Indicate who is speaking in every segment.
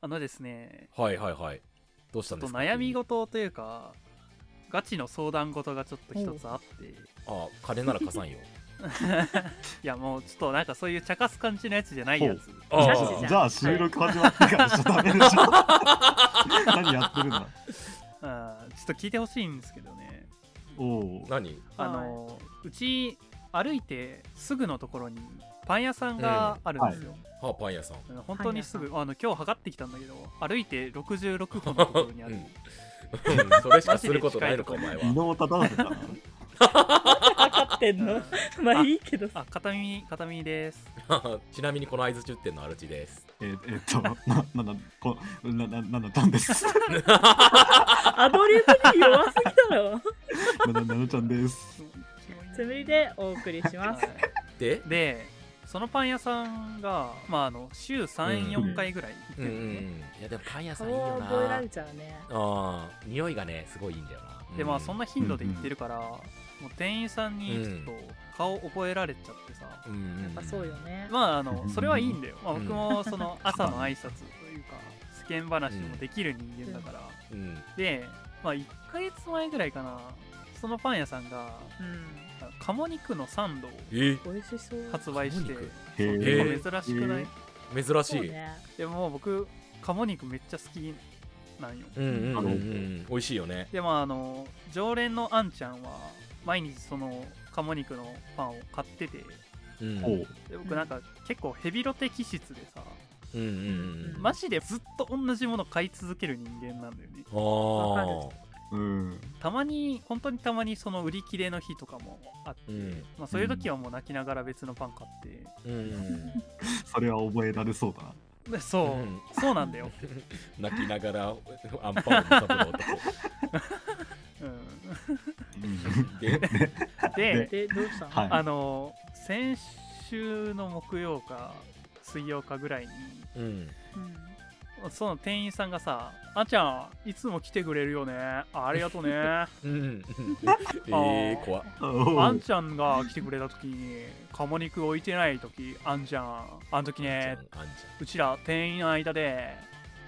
Speaker 1: あのですね、
Speaker 2: はいはいはい。どうし
Speaker 1: ち
Speaker 2: た
Speaker 1: ょっ
Speaker 2: ん
Speaker 1: と
Speaker 2: ですか
Speaker 1: 悩み事というか、ガチの相談事がちょっと一つあって、い
Speaker 2: あ、金なら貸さんよ。
Speaker 1: やもうちょっとなんかそういう茶化す感じのやつじゃないやつ。
Speaker 2: あ
Speaker 3: マジで
Speaker 2: ー
Speaker 3: じゃあ収録始まってからしちゃダメでしょ何やってるんだ
Speaker 1: うんちょっと聞いてほしいんですけどね。
Speaker 3: おお
Speaker 2: 何
Speaker 1: あの、うち歩いてすぐのところにパン屋さんがあるんですよ。
Speaker 2: はあ、パン屋さん。
Speaker 1: うん本当にすぐ
Speaker 4: パン
Speaker 1: あの今日測ってきたんだけど歩いて66歩のところにあ
Speaker 2: う
Speaker 1: る、
Speaker 2: ん。それしかすることないのか、お
Speaker 1: マジ
Speaker 2: 前
Speaker 1: で
Speaker 3: 伊
Speaker 2: は。
Speaker 3: 能忠敬かな
Speaker 4: 測ってんの まあいいけどさ
Speaker 1: あ片耳片耳です
Speaker 2: ちなみにこの合図中点のアルチです。
Speaker 3: えーえーっとななんだこなななんだたんです
Speaker 4: アドリブに弱すぎだろ
Speaker 3: ななななちゃんです
Speaker 4: つぶりでお送りしま
Speaker 1: は
Speaker 4: す
Speaker 2: で
Speaker 1: い、でそのパン屋さんが、まあ、あの週34、
Speaker 3: うん
Speaker 1: 回ぐらい行って
Speaker 2: うん
Speaker 1: る
Speaker 2: うん
Speaker 1: でね、
Speaker 2: ん。いや、でもパン屋さんいい
Speaker 4: 顔は
Speaker 2: よ
Speaker 4: 覚えら
Speaker 2: な
Speaker 4: れ。ちゃうね
Speaker 2: ああ、匂いがね、すごいいいんだよな。
Speaker 1: でまあそん
Speaker 2: な。
Speaker 1: な頻度で行ってるから、もう店員さんにちょっと顔覚えられちゃってさ、
Speaker 2: うんうんうん。
Speaker 4: やっぱそうよね
Speaker 1: まああのそれはいいんだよ、まあ、
Speaker 2: うん
Speaker 1: 僕もその朝の挨拶というか世間話もできる人間だから、
Speaker 2: うん。
Speaker 1: で、まあ、1ヶ月前ぐらいかなそのパン屋さんが
Speaker 4: うん
Speaker 1: 鴨肉のサンドを
Speaker 2: え
Speaker 4: 美味しそう
Speaker 1: 発売して
Speaker 2: 鴨肉
Speaker 3: へ
Speaker 1: そう
Speaker 3: ー
Speaker 1: 結構珍しくない、
Speaker 3: へー
Speaker 2: 珍し
Speaker 4: そう
Speaker 2: い。
Speaker 4: ね
Speaker 1: でも僕鴨肉めっちゃ好きなんよ
Speaker 2: うんうんうんうん。美味しいよね。
Speaker 1: でまああの常連のあんちゃんは毎日その鴨肉のパンを買ってて
Speaker 2: うん。
Speaker 3: おう
Speaker 1: で僕なんか結構ヘビロテ気質でさ
Speaker 2: うんうんうんうん。
Speaker 1: マジでずっと同じもの買い続ける人間なんだよね
Speaker 2: ああ
Speaker 4: わ。
Speaker 3: うん
Speaker 1: たまに本当にたまにその売り切れの日とかもあって、
Speaker 2: うん
Speaker 1: まあ、そういう時はもう泣きながら別のパン買って、
Speaker 2: うんうん。
Speaker 3: それは覚えられそうだな
Speaker 1: でそう、
Speaker 2: うん
Speaker 1: そうなんだよ、
Speaker 2: 泣きながらアンパンを食べる男。
Speaker 1: うん、
Speaker 3: うん
Speaker 2: で、
Speaker 1: で
Speaker 4: でどうしたの、
Speaker 3: はい
Speaker 1: あの先週の木曜か水曜かぐらいに
Speaker 2: うん。
Speaker 4: うん
Speaker 1: その店員さんがさ「あんちゃんいつも来てくれるよねあありがとうねあ
Speaker 2: うん。えー、怖っ。
Speaker 3: お
Speaker 1: ん
Speaker 3: う
Speaker 1: ちゃんが来てくれた時に鴨肉置いてない時あんちゃんあん時ね
Speaker 2: あんち
Speaker 1: うちら店員の間で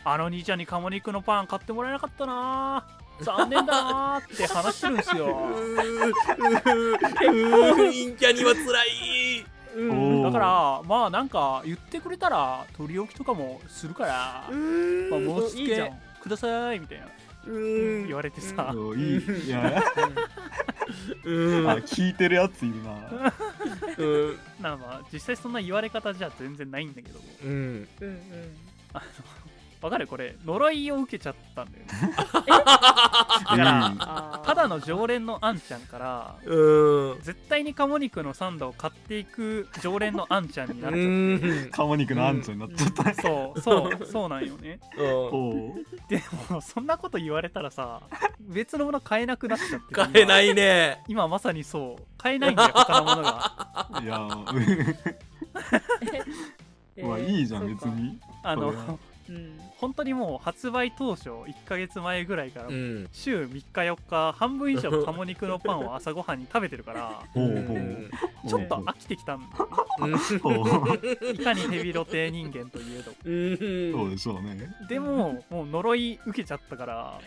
Speaker 1: あの兄ちゃんに鴨肉のパン買ってもらえなかったな残念だな」って話してるんですよ
Speaker 2: ゃん。 うー、陰キャには辛い。
Speaker 4: うん
Speaker 3: お
Speaker 1: だからまあなんか言ってくれたら取り置きとかもするから
Speaker 2: う、ー
Speaker 1: まあ、もう
Speaker 4: い
Speaker 1: つ
Speaker 4: いじゃ
Speaker 1: け
Speaker 4: ん
Speaker 1: くださいみたいな
Speaker 2: うん
Speaker 1: 言われてさ、
Speaker 3: おういいいや
Speaker 2: うん
Speaker 3: あ聞いてるやついるな
Speaker 2: うん
Speaker 1: なあ まあ実際そんな言われ方じゃ全然ないんだけど
Speaker 2: うん
Speaker 4: うんうん
Speaker 1: わかるこれ呪いを受けちゃったんだよね
Speaker 3: う
Speaker 1: だ
Speaker 3: ん
Speaker 1: から
Speaker 4: あー
Speaker 1: ただの常連のあんちゃんから
Speaker 2: うん
Speaker 1: 絶対に鴨肉のサンドを買っていく常連のあんちゃんになっちゃっ
Speaker 2: ん
Speaker 3: 鴨肉のアンチョになっちゃった
Speaker 1: てそうそうそうなんよね
Speaker 3: おう
Speaker 1: でもそんなこと言われたらさ別のもの買えなくなっちゃって
Speaker 2: 買えないいね
Speaker 1: 今まさにそう買えないんだよ他のものが
Speaker 3: いやうん
Speaker 4: え
Speaker 3: まあいいじゃん別に
Speaker 1: あ
Speaker 3: そ
Speaker 1: の
Speaker 3: れは
Speaker 4: そうかうん
Speaker 1: 本当にもう発売当初1ヶ月前ぐらいから
Speaker 2: うん
Speaker 1: 週3日4日半分以上鴨肉のパンを朝ごはんに食べてるから
Speaker 3: おうおう
Speaker 1: ちょっと飽きてきたんだよ
Speaker 3: おう
Speaker 1: ねいかにヘビロテ人間といえど
Speaker 3: そうでしょうね
Speaker 1: でももう呪い受けちゃったから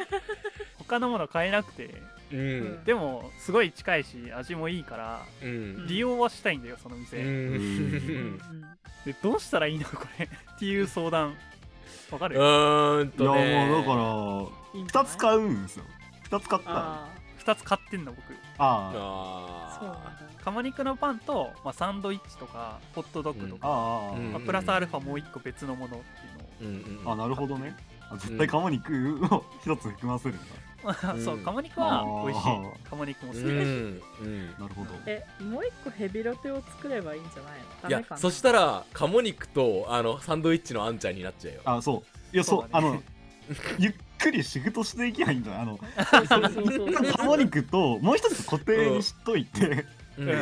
Speaker 1: 他のもの買えなくて
Speaker 2: うん
Speaker 1: でもすごい近いし味もいいから
Speaker 2: うん
Speaker 1: 利用はしたいんだよその店、
Speaker 2: うん
Speaker 1: でどうしたらいいのこれっていう相談わか
Speaker 2: う
Speaker 1: る
Speaker 2: ーん
Speaker 3: い
Speaker 2: と
Speaker 3: や
Speaker 2: ね
Speaker 3: もうだから2つ買うんですよ2つ買った
Speaker 4: あ
Speaker 3: あ
Speaker 1: 2つ買ってんの僕
Speaker 3: あ
Speaker 4: あそうなん
Speaker 2: あ
Speaker 4: だ
Speaker 1: 鴨肉のパンと、まあ、サンドイッチとかホットドッグとか、
Speaker 3: ああ
Speaker 2: うん
Speaker 1: まあ、プラスアルファもう1個別のものっていうのを
Speaker 2: ーうんうん
Speaker 3: あなるほどねあ絶対鴨 肉を1つ含ませるんだ
Speaker 1: あ そううん鴨肉は美味し
Speaker 3: あー
Speaker 1: い鴨肉も
Speaker 2: う
Speaker 1: 好きだし、
Speaker 2: んうん
Speaker 3: なるほど
Speaker 4: えもう一個ヘビロテを作ればいいんじゃないのダ
Speaker 2: い
Speaker 4: メ
Speaker 2: や
Speaker 4: かな
Speaker 2: そしたら鴨肉とあのサンドイッチのあんちゃんになっちゃうよ
Speaker 3: あそういやそう
Speaker 1: そうだ
Speaker 3: あ
Speaker 1: ね
Speaker 3: のゆっくりシフトしていけばいいんじゃないあの
Speaker 4: そうそうそう
Speaker 3: 鴨肉ともう一つ固定にしといて
Speaker 2: う
Speaker 1: うんん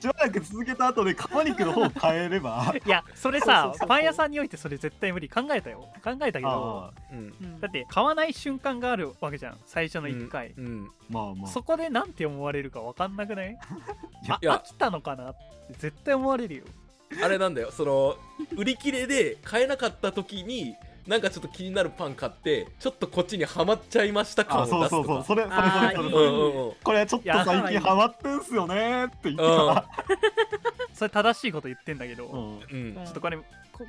Speaker 3: しばらく続けた後で鴨肉の方を変えれば
Speaker 1: いやそれさ
Speaker 4: そうそうそう
Speaker 1: パン屋さんにおいてそれ絶対無理考えたよ考えたけど
Speaker 3: ああ
Speaker 2: うん
Speaker 4: うん
Speaker 1: だって買わない瞬間があるわけじゃん最初の1回、
Speaker 2: うん
Speaker 3: まあまあ
Speaker 1: そこでなんて思われるか分かんなくない
Speaker 3: い
Speaker 1: あ
Speaker 3: や
Speaker 1: 飽きたのかなって絶対思われるよ
Speaker 2: あれなんだよその売り切れで買えなかった時になんかちょっと気になるパン買ってちょっとこっちにはまっちゃいました感を
Speaker 3: あ
Speaker 2: 出すと
Speaker 3: そう
Speaker 2: か
Speaker 3: そうそうそれそれ
Speaker 4: あ
Speaker 3: そ
Speaker 4: ー
Speaker 3: れ
Speaker 4: いい
Speaker 3: それ
Speaker 2: んうんうん
Speaker 3: これちょっと最近ハマってんすよねーって言って
Speaker 2: うん
Speaker 3: た、
Speaker 1: それ正しいこと言ってんだけど、
Speaker 3: う
Speaker 1: ちょ
Speaker 3: ん、
Speaker 2: うん
Speaker 1: っとこれこ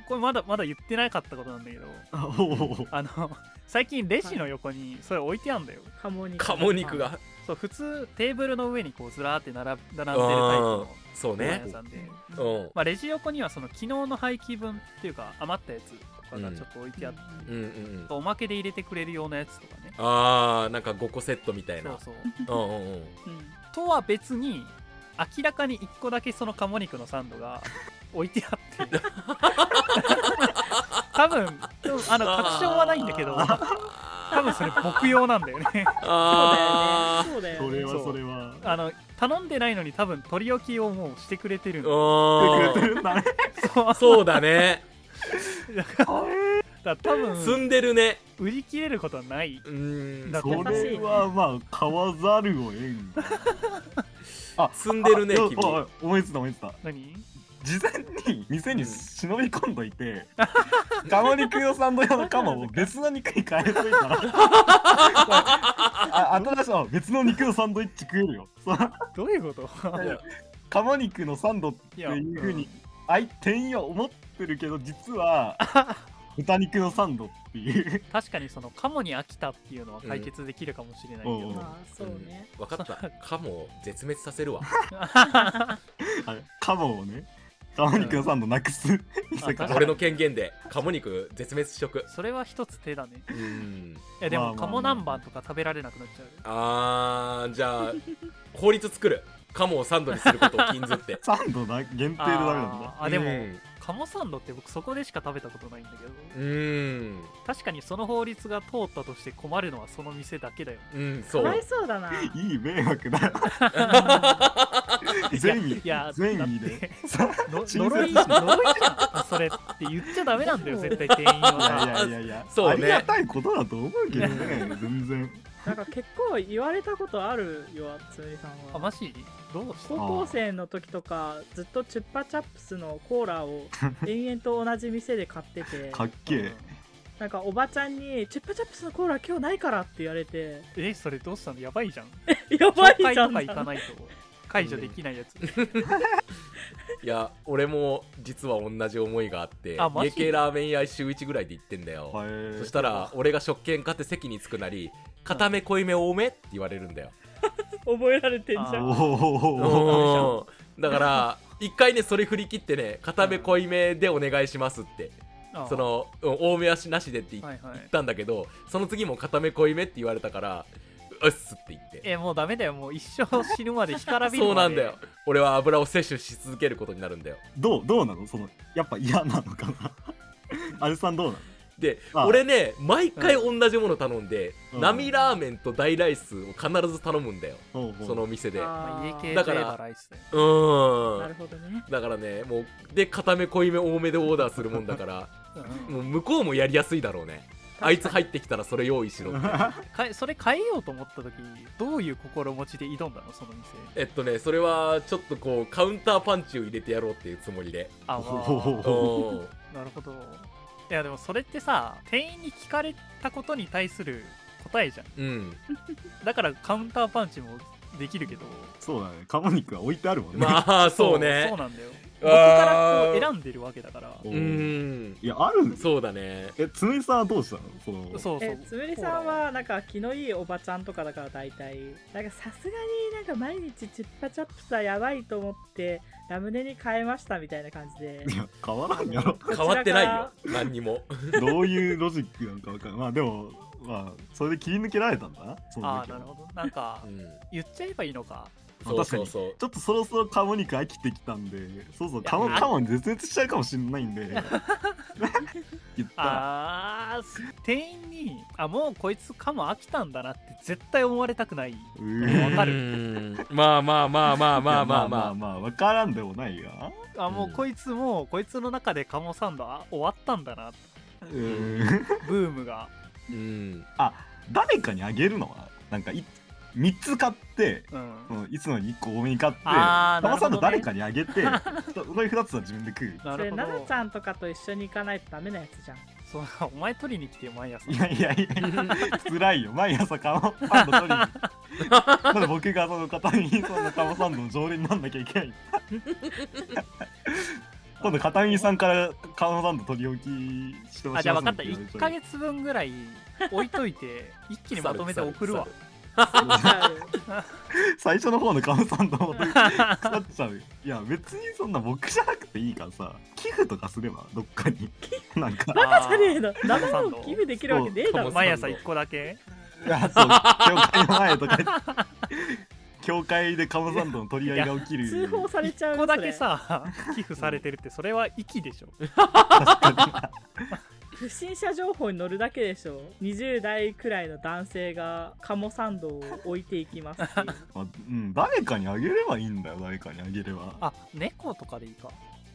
Speaker 1: これまだまだ言ってなかったことなんだけど
Speaker 3: あおうおうおう
Speaker 1: あの 最近レジの横にそれ置いてあんだよ、
Speaker 4: 鴨肉。
Speaker 2: 鴨肉が
Speaker 1: そう普通テーブルの上にこうずらーって並ぶ並んでるタイプの
Speaker 2: そう
Speaker 1: パン
Speaker 2: ね
Speaker 1: 屋さんで、
Speaker 2: う
Speaker 4: うん
Speaker 2: ん
Speaker 1: まあ、レジ横にはその昨日の廃棄分っていうか余ったやつとかがちょっと置いてあって、
Speaker 2: うんうんうん
Speaker 1: おまけで入れてくれるようなやつとかね
Speaker 2: あーなんか5個セットみたい
Speaker 1: そう
Speaker 2: な
Speaker 1: そう
Speaker 2: うんうんうん
Speaker 4: うん
Speaker 1: とは別に明らかに1個だけその鴨肉のサンド が置いてあって多分でもあの確証はないんだけど多分それ僕用なんだよ ね
Speaker 2: あ
Speaker 4: そうだよね。そうだ
Speaker 3: それ
Speaker 4: よね。
Speaker 3: はそれは
Speaker 1: あの頼んでないのに多分取り置きをもうしてくれてるんだ
Speaker 2: ーう
Speaker 3: くれて
Speaker 2: ん
Speaker 3: るんだね
Speaker 1: そう
Speaker 2: そうだね
Speaker 1: だから多
Speaker 2: 積
Speaker 1: 分
Speaker 2: んでるね
Speaker 1: 売り切れることはないう
Speaker 2: ーん
Speaker 1: だ
Speaker 3: それはまあ買わざるを得んなあ
Speaker 2: 積んでるね
Speaker 3: あいや
Speaker 2: 君
Speaker 3: おい思いついた思いついた
Speaker 1: 何
Speaker 3: 事前に店に忍び込んど いて、鴨肉用サンド用の鴨を別の肉に変えといた らあ新しいあ別の肉のサンドイッチ食えるよそう
Speaker 1: どういうこと
Speaker 2: いや
Speaker 3: 鴨肉のサンドって
Speaker 1: い
Speaker 3: いうふうに、あい店員は思ってるけど実は豚肉のサンドっていう
Speaker 1: 確かにそのカモに飽きたっていうのは解決できるかもしれないけど、
Speaker 3: うん
Speaker 4: まあそうね。
Speaker 2: 分かったカモを絶滅させるわ
Speaker 3: あの鴨をね鴨肉のサンドなくす店から
Speaker 2: 俺の権限でカモ肉絶滅しとく
Speaker 1: それは一つ手だね
Speaker 2: うん
Speaker 1: いやで
Speaker 3: まあ
Speaker 1: も
Speaker 3: まあまあ
Speaker 1: カモ南蛮とか食べられなくなっちゃうよ
Speaker 2: あーじゃあ法律作るカモをサンドにすることを禁ずって
Speaker 3: サンドな限定でダメなんだ
Speaker 1: あーあでも、
Speaker 2: うん
Speaker 1: カモサンドって僕そこでしか食べたことないんだけど、
Speaker 2: うん
Speaker 1: 確かにその法律が通ったとして困るのはその店だけだよ
Speaker 2: うん
Speaker 4: か
Speaker 2: そう
Speaker 4: わいそう だな。
Speaker 3: いい迷惑だよ
Speaker 1: いや
Speaker 3: 善意
Speaker 1: いや
Speaker 3: 善意
Speaker 1: だって
Speaker 3: でそう
Speaker 1: の
Speaker 3: 新鮮
Speaker 1: 呪い呪いじゃんそれって言っちゃダメなんだよ絶対店員
Speaker 3: いやい
Speaker 1: は
Speaker 3: やいやいや
Speaker 2: そうね
Speaker 3: ありがたいことだと思うけどね全然
Speaker 4: なんか結構言われたことあるよ、つむりさんは。
Speaker 1: あマジどうした
Speaker 4: 高校生の時とかずっとチュッパチャップスのコーラを延々と同じ店で買ってて
Speaker 3: かっけえ
Speaker 4: なんかおばちゃんに「チュッパチャップスのコーラ今日ないから」って言わ れて
Speaker 1: えそれどうしたのやばいじゃん
Speaker 4: やば
Speaker 1: 紹
Speaker 4: いじ
Speaker 1: 介
Speaker 4: ゃ
Speaker 1: と
Speaker 4: ん
Speaker 1: か行かないと解除できないやつ、
Speaker 2: いや俺も実は同じ思いがあって
Speaker 1: あマジ
Speaker 2: 家系ラーメン屋週1ぐらいで行ってんだよ、
Speaker 3: へー
Speaker 2: そしたら俺が食券買って席に着くなり固め濃いめ多めって言われるんだよ、
Speaker 4: 覚えられてんじゃ
Speaker 1: あ
Speaker 4: ん
Speaker 1: ー
Speaker 3: おお
Speaker 1: お
Speaker 2: うん だから一回ねそれ振り切ってね固め濃いめでお願いしますって、
Speaker 1: あー
Speaker 2: そのうん多めはしなしでって言っ
Speaker 1: はいはい
Speaker 2: たんだけどその次も固め濃いめって言われたからうっすって言って
Speaker 1: えもうダメだよもう一生死ぬまで干からびる
Speaker 2: そうな
Speaker 1: ま
Speaker 2: ん
Speaker 1: で
Speaker 2: だよ俺は油を摂取し続けることになるんだよ
Speaker 3: どうどうなのそのやっぱ嫌なのかな アルさんどうなの
Speaker 2: で
Speaker 3: ああ
Speaker 2: 俺ね毎回同じもの頼んで、
Speaker 3: うん
Speaker 2: 並ラーメンと大ライスを必ず頼むんだよ、
Speaker 3: ほうほう
Speaker 2: そのお店でう
Speaker 1: まあ家系
Speaker 2: だ
Speaker 1: だ
Speaker 2: か
Speaker 1: かららライスだよ
Speaker 4: な
Speaker 2: ーん
Speaker 4: るほどね
Speaker 2: だからねもうで固め濃いめ多めでオーダーするもんだから
Speaker 1: うん
Speaker 2: もう向こうもやりやすいだろうねあいつ入ってきたらそれ用意しろって
Speaker 1: かえそれ変えようと思った時どういう心持ちで挑んだのその店
Speaker 2: えっとねそれはちょっとこうカウンターパンチを入れてやろうっていうつもりで
Speaker 1: あ、ま
Speaker 3: ほほ
Speaker 2: う
Speaker 3: ほ
Speaker 1: あ、
Speaker 2: ん
Speaker 1: なるほどいやでもそれってさ店員に聞かれたことに対する答えじゃん
Speaker 2: うん
Speaker 1: だからカウンターパンチもできるけど
Speaker 3: そうだね鴨肉は置いてあるもんね、
Speaker 2: まあそう
Speaker 1: そう
Speaker 2: ね
Speaker 1: なんだよ
Speaker 2: あー
Speaker 1: 僕からこう選んでるわけだから
Speaker 3: お
Speaker 2: う
Speaker 3: う
Speaker 2: ーん
Speaker 3: いやある
Speaker 2: そうだね
Speaker 3: えつむりさんはどうしたのそ
Speaker 1: そ
Speaker 3: の
Speaker 1: うそう
Speaker 4: えつむりさんはなんか気のいいおばちゃんとかだから大体なんかさすがになんか毎日チュッパチャップスはやばいと思ってラムネに変えましたみたいな感じ で
Speaker 3: いや変わらんやろ
Speaker 4: こちら
Speaker 2: 変わってない
Speaker 4: から
Speaker 2: よ何にも
Speaker 3: どういうロジックなのかわかんないまあでもまあそれで切り抜けられたんだなその
Speaker 1: あー
Speaker 3: 時
Speaker 1: なる
Speaker 3: は
Speaker 1: ほどなんか
Speaker 2: うん
Speaker 1: 言っちゃえばいいのか
Speaker 2: そうそうそう
Speaker 3: ちょっとそろそろ鴨肉飽きてきたんでそうそう
Speaker 1: や
Speaker 3: 鴨
Speaker 1: あ
Speaker 3: 鴨に絶滅しちゃうかもしれないんで言ったら
Speaker 1: あー店員にあもうこいつかも飽きたんだなって絶対思われたくない、
Speaker 3: うー
Speaker 1: わかる
Speaker 2: うーんまあまあまあまあまあまあま
Speaker 3: いやまあ
Speaker 2: あ
Speaker 3: まあわからんでもないが
Speaker 1: あもううんこいつもうこいつの中でカモサンドあ終わったんだな
Speaker 3: うーん
Speaker 1: ブームが
Speaker 2: うん
Speaker 3: 誰かにあげるのはなんかい3つ買って
Speaker 1: うん
Speaker 3: うんいつのに1個多めに買って
Speaker 1: あー
Speaker 3: 玉さんの
Speaker 1: なる
Speaker 3: 誰
Speaker 1: ほど
Speaker 3: かにあげて それ2つは自分で食う
Speaker 1: な
Speaker 4: それ
Speaker 1: るほど
Speaker 4: 奈々ちゃんとかと一緒に行かないとダメなやつじゃん
Speaker 1: そうお前取りに来てよ毎朝
Speaker 3: いやいやいや、辛いよ。毎朝カモサンド取りに。まだ僕がその片身さんのカモサンドの常連になんなきゃいけない。今度片身さんからカモサンド取り置きしてほしい。
Speaker 1: あじゃあ分かった1ヶ。月分ぐらい置いといて一気にまとめて送るわ
Speaker 3: 最初の方のカモサンド も腐っちゃう。いや別にそんな僕じゃなくていいからさ、寄付とかすればどっかに。なんか。
Speaker 4: バカじゃねえ
Speaker 1: の
Speaker 4: の生も寄付できるわけねえだろ
Speaker 1: 毎朝1個だけ
Speaker 3: いやそう教会の前とか教会でカモサンドの取り合いが起きる
Speaker 4: 通報されちゃう
Speaker 1: 1個
Speaker 4: よ
Speaker 1: だ
Speaker 4: それ
Speaker 1: けさ寄付されてるってそれは息でしょ
Speaker 4: 不審者情報に乗るだけでしょ20代くらいの男性がカモサンドを置いていきますってい う
Speaker 3: まあうん、誰かにあげればいいんだよ誰かにあげれば
Speaker 1: あ猫とかでいいか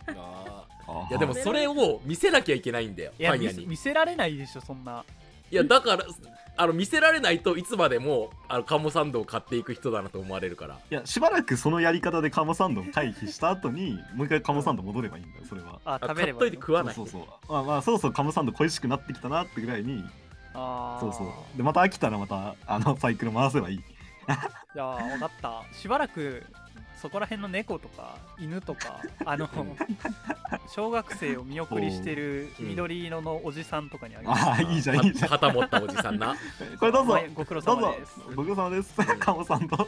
Speaker 2: あー
Speaker 3: あ
Speaker 2: いやでもそれを見せなきゃいけないんだよ
Speaker 1: い
Speaker 2: パ
Speaker 1: や
Speaker 2: ン
Speaker 1: 見
Speaker 2: 屋
Speaker 1: せ
Speaker 2: に
Speaker 1: 見せられないでしょそんない
Speaker 2: やだからあの見せられないといつまでもあのカモサンドを買っていく人だなと思われるから
Speaker 3: いやしばらくそのやり方でカモサンドを回避した後にもう一回カモサンド戻ればいいんだよそれは
Speaker 1: あ
Speaker 2: あ
Speaker 1: 食
Speaker 2: 買
Speaker 1: べ
Speaker 2: っ
Speaker 1: れ
Speaker 2: と
Speaker 1: ば
Speaker 2: いて食わない
Speaker 3: そうそうそうまあまあそろそろカモサンド恋しくなってきたなってぐらいに
Speaker 1: ああ
Speaker 3: そうそうでまた飽きたらまたあのサイクル回せばいい
Speaker 1: じゃあ分かったしばらくそこら辺の猫とか犬とかあ の
Speaker 2: うん
Speaker 1: 小学生を見送りしてる
Speaker 2: うん
Speaker 1: 緑色のおじさんとかにあげます
Speaker 3: ああいいじゃんいいじゃん
Speaker 2: 旗持ったおじさん な
Speaker 3: これどうぞ
Speaker 1: はいご苦労
Speaker 3: どう
Speaker 1: 様
Speaker 3: ぞ
Speaker 1: です
Speaker 3: ご苦労様です
Speaker 2: ん
Speaker 3: カモサンド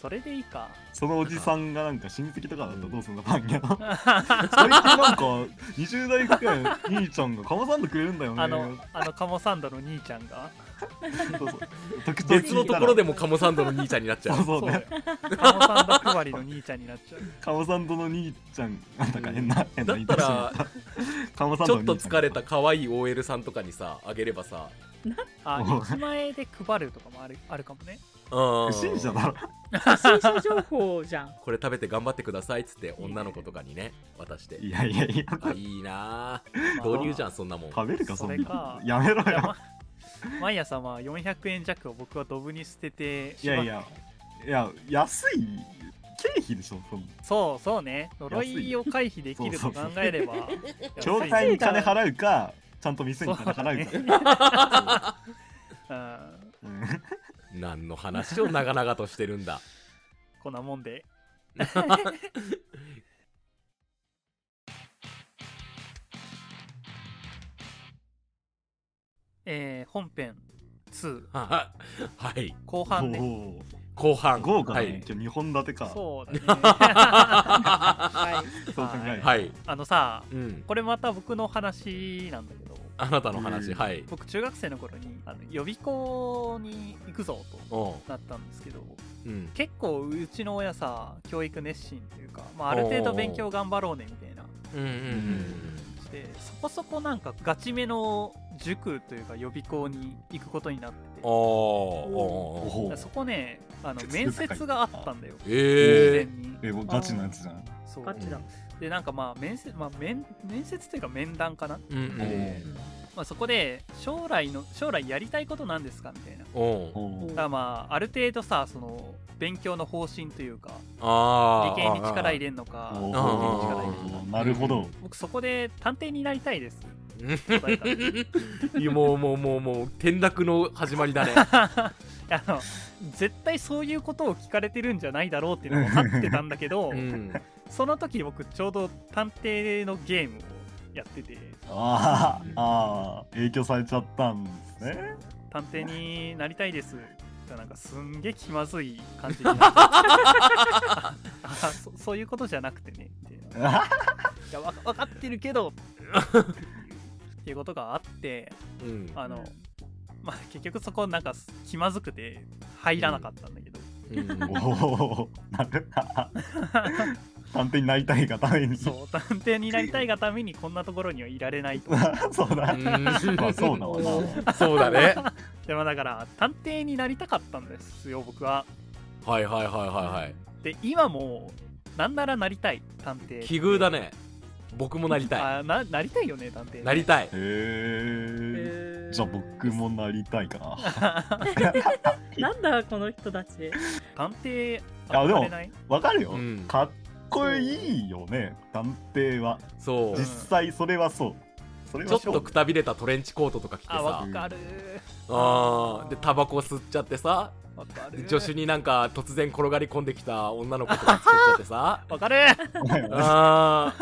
Speaker 1: それでいいか
Speaker 3: そのおじさんがなんか親戚とかだったらどうすんだパン屋の
Speaker 1: あ
Speaker 3: 最近なんか20代くらいの兄ちゃんがカモサンドくれるんだよね
Speaker 1: のあのカモサンドの兄ちゃんが
Speaker 3: そうそう特徴
Speaker 2: 別のところでもカモサンドの兄ちゃんになっちゃ
Speaker 3: そううそうね
Speaker 1: だよカモサンド配りの兄ちゃんになっちゃう
Speaker 3: カモさんとの兄ちゃんなんだか変な、変な
Speaker 2: だ
Speaker 3: 言い
Speaker 2: った
Speaker 3: 方してる
Speaker 2: ら
Speaker 3: カモさん
Speaker 2: ち
Speaker 3: と
Speaker 2: ょ
Speaker 3: の
Speaker 2: っ
Speaker 3: 兄
Speaker 2: と
Speaker 3: ちゃん
Speaker 2: 疲れた可愛い OL さんとかにさあげればさ
Speaker 1: あ
Speaker 3: おう
Speaker 1: 駅前で配るとかもあるあるかもね
Speaker 2: うん
Speaker 3: 信者だろ
Speaker 4: 不審者情報じゃん
Speaker 2: これ食べて頑張ってくださいっつって女の子とかにね渡して
Speaker 3: いやいやいや
Speaker 2: あいいなあ
Speaker 1: まあ
Speaker 2: 導入じゃんそんなもん
Speaker 3: 食べるかそ
Speaker 1: そ
Speaker 3: ん
Speaker 1: れ
Speaker 3: な
Speaker 1: か
Speaker 3: やめろ
Speaker 1: いや
Speaker 3: よ
Speaker 1: ま毎朝まあ400円弱を僕はドブに捨てて
Speaker 3: い
Speaker 1: しま
Speaker 3: や
Speaker 1: う
Speaker 3: いやいや安い経費でしょその
Speaker 1: そうそうね呪いを回避できると考えれ ば
Speaker 3: 教
Speaker 1: 安い
Speaker 3: 会に金払うかちゃんと店に金払うか
Speaker 1: そううん
Speaker 3: うん
Speaker 2: 何の話を長々としてる んだ
Speaker 1: こんなもんで えー、本編2
Speaker 2: はい
Speaker 1: 後半ね
Speaker 3: おー
Speaker 2: 後半
Speaker 3: 豪華
Speaker 2: は
Speaker 3: だ
Speaker 2: い
Speaker 3: ね今日2本立てかそ
Speaker 1: そうだね
Speaker 4: はい、
Speaker 3: う考える と
Speaker 2: はい
Speaker 1: あのさ
Speaker 2: うん
Speaker 1: これまた僕の話なんだけど
Speaker 2: あなたの話、
Speaker 3: うん
Speaker 2: はい
Speaker 1: 僕中学生の頃にあの予備校に行くぞと
Speaker 2: おう
Speaker 1: なったんですけど
Speaker 2: うん
Speaker 1: 結構うちの親さ教育熱心というか、まあ、ある程度勉強頑張ろうねみたいな
Speaker 2: うんうん
Speaker 1: してそこそこなんかガチめの塾というか予備校に行くことになってて
Speaker 2: おおー
Speaker 3: おー
Speaker 1: そこねあの
Speaker 3: 普通
Speaker 1: 面接があったんだよ事前
Speaker 2: え
Speaker 1: に
Speaker 3: えもうガチなやつじゃん
Speaker 1: そう
Speaker 4: ガチだ。
Speaker 1: でなんかまあ面接、まあ、面面接というか面談かな、
Speaker 2: えー、うんうん
Speaker 1: まあ、そこで将来の将来やりたいことなんですかみたいなだ
Speaker 2: おお
Speaker 3: おー
Speaker 1: からまあある程度さその勉強の方針というか
Speaker 2: あ
Speaker 1: 理
Speaker 2: あ
Speaker 1: 系に力入れんのか
Speaker 3: お
Speaker 1: 工
Speaker 3: ー
Speaker 1: 芸に力入れんのか
Speaker 3: なるほど
Speaker 1: 僕そこで探偵になりたい です
Speaker 2: うん
Speaker 1: 答えたんで
Speaker 2: いやもうもうもうもう転落の始まりだね
Speaker 1: あの絶対そういうことを聞かれてるんじゃないだろうっていうのは分かってたんだけ ど、
Speaker 2: うん
Speaker 1: その時僕ちょうど探偵のゲームをやってて
Speaker 3: あーあー影響されちゃったんですね
Speaker 1: 探偵になりたいですがなんかすんげえ気まずい感じにな ってあそそういうことじゃなくてねみたいな「いやわか分かってるけど」っていうことがあって
Speaker 2: うん
Speaker 1: あの、まあ、結局そこなんか気まずくて入らなかったんだけど、
Speaker 2: うん
Speaker 3: おおなるか探偵になりたいがため に
Speaker 1: そう探偵になりたいがためにこんなところにはいられないと
Speaker 3: そうだ、
Speaker 2: うん
Speaker 3: まあそうだわな
Speaker 2: そうだね
Speaker 1: でもだから探偵になりたかったんですよ僕は
Speaker 2: はいはいはいはいは
Speaker 1: で今もなんならなりたい探偵
Speaker 2: い奇遇だね僕もなりた
Speaker 1: あななりたいよね探偵
Speaker 2: い
Speaker 1: ね
Speaker 2: なりたい
Speaker 3: へえ
Speaker 4: えー
Speaker 3: じゃあ僕もなりたいか な
Speaker 4: なんだこの人たち
Speaker 1: 探偵
Speaker 3: あでも
Speaker 1: 憧れない
Speaker 3: わかるよ、
Speaker 2: うん
Speaker 3: かっこいいよね探偵は
Speaker 2: そう
Speaker 3: 実際それはそうそれ
Speaker 2: ちょ
Speaker 3: は
Speaker 2: っとくたびれたトレンチコートとか着て
Speaker 1: あ
Speaker 2: さ
Speaker 1: わかる
Speaker 2: あーでタバコ吸っちゃってさ
Speaker 1: わか
Speaker 2: で
Speaker 1: る
Speaker 2: 助手になんか突然転がり込んできた女の子とか作っちゃってさ
Speaker 1: わかる
Speaker 3: お前は
Speaker 2: あ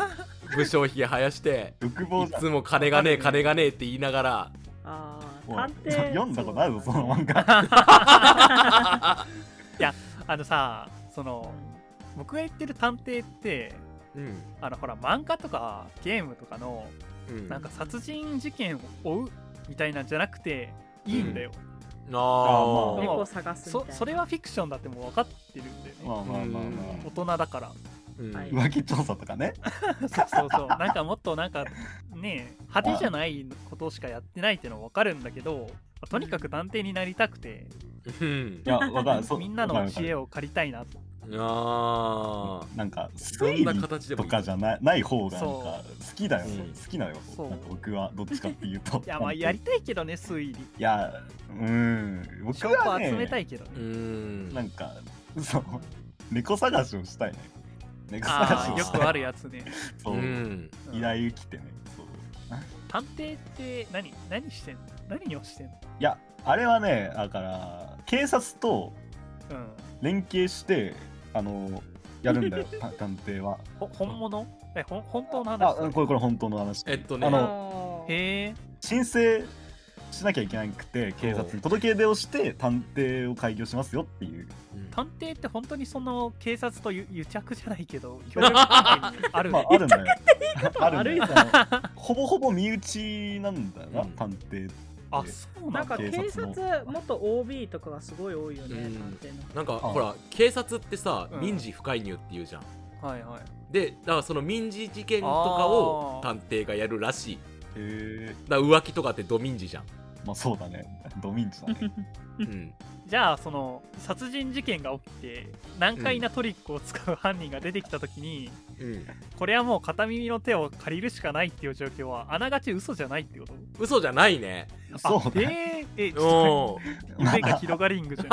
Speaker 2: ー武将ひげ生やして
Speaker 3: 欲望
Speaker 2: い
Speaker 3: じゃん
Speaker 2: つも金がねえ金がねえって言いながら
Speaker 4: ああ
Speaker 3: おい
Speaker 4: 探偵
Speaker 3: 読んだことあるぞその漫画
Speaker 1: あのさその僕が言ってる探偵って
Speaker 2: うん
Speaker 1: あのほら漫画とかゲームとかの
Speaker 2: うん
Speaker 1: な
Speaker 2: あ
Speaker 1: んか殺人事件を追うみたいなんじゃなくていいんだよ、
Speaker 2: ー
Speaker 3: あ
Speaker 4: 猫を探すみ
Speaker 1: そ
Speaker 4: たいな
Speaker 1: それはフィクションだってもう分かってるんだよね、
Speaker 3: まあまあまあま
Speaker 1: 大人だから
Speaker 2: うん
Speaker 4: はい
Speaker 3: あ浮気調査とかね
Speaker 1: そうそうそうなんかもっとなんかね派手じゃないことしかやってないってのは分かるんだけどとにかく探偵になりたくて
Speaker 2: うん
Speaker 3: いやわかるそう
Speaker 1: みんなの知恵
Speaker 3: を
Speaker 1: を借りたいな
Speaker 2: あー
Speaker 3: なんか推
Speaker 2: どんな
Speaker 3: 理
Speaker 2: 形でも
Speaker 3: と
Speaker 2: いい
Speaker 3: かじゃないない方がなんか好きだよ
Speaker 2: そう
Speaker 3: 好きなよ
Speaker 1: そう
Speaker 3: なんか僕はどっちかっていうと
Speaker 1: いやまあやりたいけどね推理
Speaker 3: いやうん僕
Speaker 1: 証拠
Speaker 3: は
Speaker 1: 集めた
Speaker 3: ね
Speaker 1: いけどね、
Speaker 2: うん
Speaker 3: なんかそう猫探しをしたいね猫探し
Speaker 1: あ
Speaker 3: を
Speaker 1: あよ
Speaker 3: したい
Speaker 1: くあるやつ ね、
Speaker 3: そううん
Speaker 1: うん
Speaker 3: 依頼来てねそう
Speaker 1: 探偵って何何してんの何をしてんの
Speaker 3: いやあれはねだから警察と
Speaker 1: うん
Speaker 3: 連携してあのやる んだよた探偵は
Speaker 1: ほ本物えほん本当の
Speaker 3: あ
Speaker 1: 話
Speaker 3: これこれ本当の話
Speaker 2: えっとね
Speaker 3: あの
Speaker 4: の
Speaker 1: へえ
Speaker 3: 申請しなきゃいけなくて警察に届け出をして探偵を開業しますよっていう
Speaker 2: うん
Speaker 1: 探偵って本当にその警察とゆ癒着じゃないけ ど協力関係にある
Speaker 3: ま
Speaker 1: ね
Speaker 3: ああるんだよあるんだ
Speaker 4: 悪い
Speaker 3: よ
Speaker 4: ぞ
Speaker 3: あのほぼほぼ身内なんだよな、
Speaker 2: うん
Speaker 3: 探偵って
Speaker 1: あそうな
Speaker 4: な
Speaker 1: んん
Speaker 4: か
Speaker 1: だ
Speaker 4: 警
Speaker 3: 警
Speaker 4: 察
Speaker 3: 察の
Speaker 4: 元 OB とかがすごい多いよね、
Speaker 2: うん
Speaker 4: 探 偵の
Speaker 2: なんか
Speaker 3: あ
Speaker 2: ほら警察ってさ
Speaker 1: うん
Speaker 2: 民事不介入っていうじゃん
Speaker 1: はいはい
Speaker 2: でだからその民事事件とかを
Speaker 1: あー
Speaker 2: 探偵がやるらしい
Speaker 3: へえ
Speaker 2: だから浮気とかってド民事じゃん、
Speaker 3: まあそうだねドミンチだね
Speaker 2: うん、
Speaker 1: じゃあその殺人事件が起きて難解なトリックを使う犯人が出てきた時に、
Speaker 2: うん、
Speaker 1: これはもう片耳の手を借りるしかないっていう状況はあながち嘘じゃないってこと
Speaker 2: 嘘じゃない ね
Speaker 3: そうだね
Speaker 1: えー、えちょっ
Speaker 2: おー
Speaker 1: と夢が広がりんぐじゃん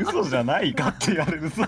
Speaker 3: 嘘じゃないかって言われる嘘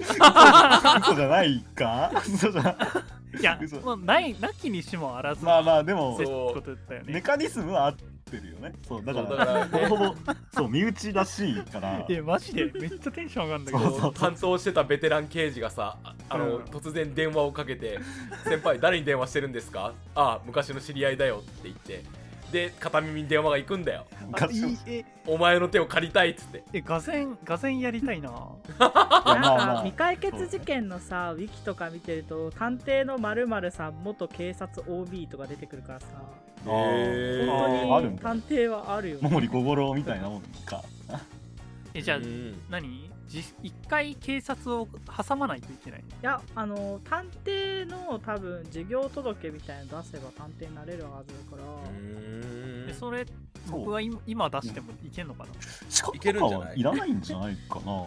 Speaker 3: 嘘じゃ嘘じゃないか嘘じゃない
Speaker 1: いや
Speaker 3: 嘘
Speaker 1: もうないなきにしもあらず
Speaker 3: まあまあでも
Speaker 1: ってことだよ
Speaker 3: メ
Speaker 1: ね
Speaker 3: カニズムは合ってるよねそうだから
Speaker 2: そうだからね
Speaker 3: ほぼほぼそう身内らしいから
Speaker 1: いやマジでめっちゃテンション上がるんだけ
Speaker 3: そうそ
Speaker 1: ど
Speaker 3: う
Speaker 2: 担当してたベテラン刑事がさああの、
Speaker 1: うん
Speaker 2: 突然電話をかけて「先輩誰に電話してるんですか?」「ああ昔の知り合いだよ」って言ってで片耳に電話が行くんだよ
Speaker 1: あい
Speaker 3: 昔のい
Speaker 1: いえ
Speaker 2: 「お前の手を借りたい」っつって
Speaker 1: えがぜんがぜんやりたいな
Speaker 3: やまあ
Speaker 4: なん
Speaker 3: ま
Speaker 4: か
Speaker 3: あ
Speaker 4: 未解決事件のさ、ウィキとか見てると探偵のまるさん元警察 OB とか出てくるからさ
Speaker 3: あー
Speaker 2: へ
Speaker 1: ー
Speaker 4: 本
Speaker 3: あ
Speaker 4: 当
Speaker 3: るん
Speaker 4: に
Speaker 3: だ
Speaker 4: 探偵はある よね
Speaker 3: 毛利小五郎みたいなもんか
Speaker 1: えじゃあ、
Speaker 2: うん
Speaker 1: 何じ一回警察を挟まないといけない
Speaker 4: いやあの探偵の多分事業届みたいなの出せば探偵になれるはずだから、
Speaker 1: えそれ
Speaker 3: そう
Speaker 1: 僕は今今出してもいけんのかな
Speaker 3: 資格
Speaker 2: いけるんじゃ
Speaker 3: とか
Speaker 2: な
Speaker 3: はいいらないんじゃないかな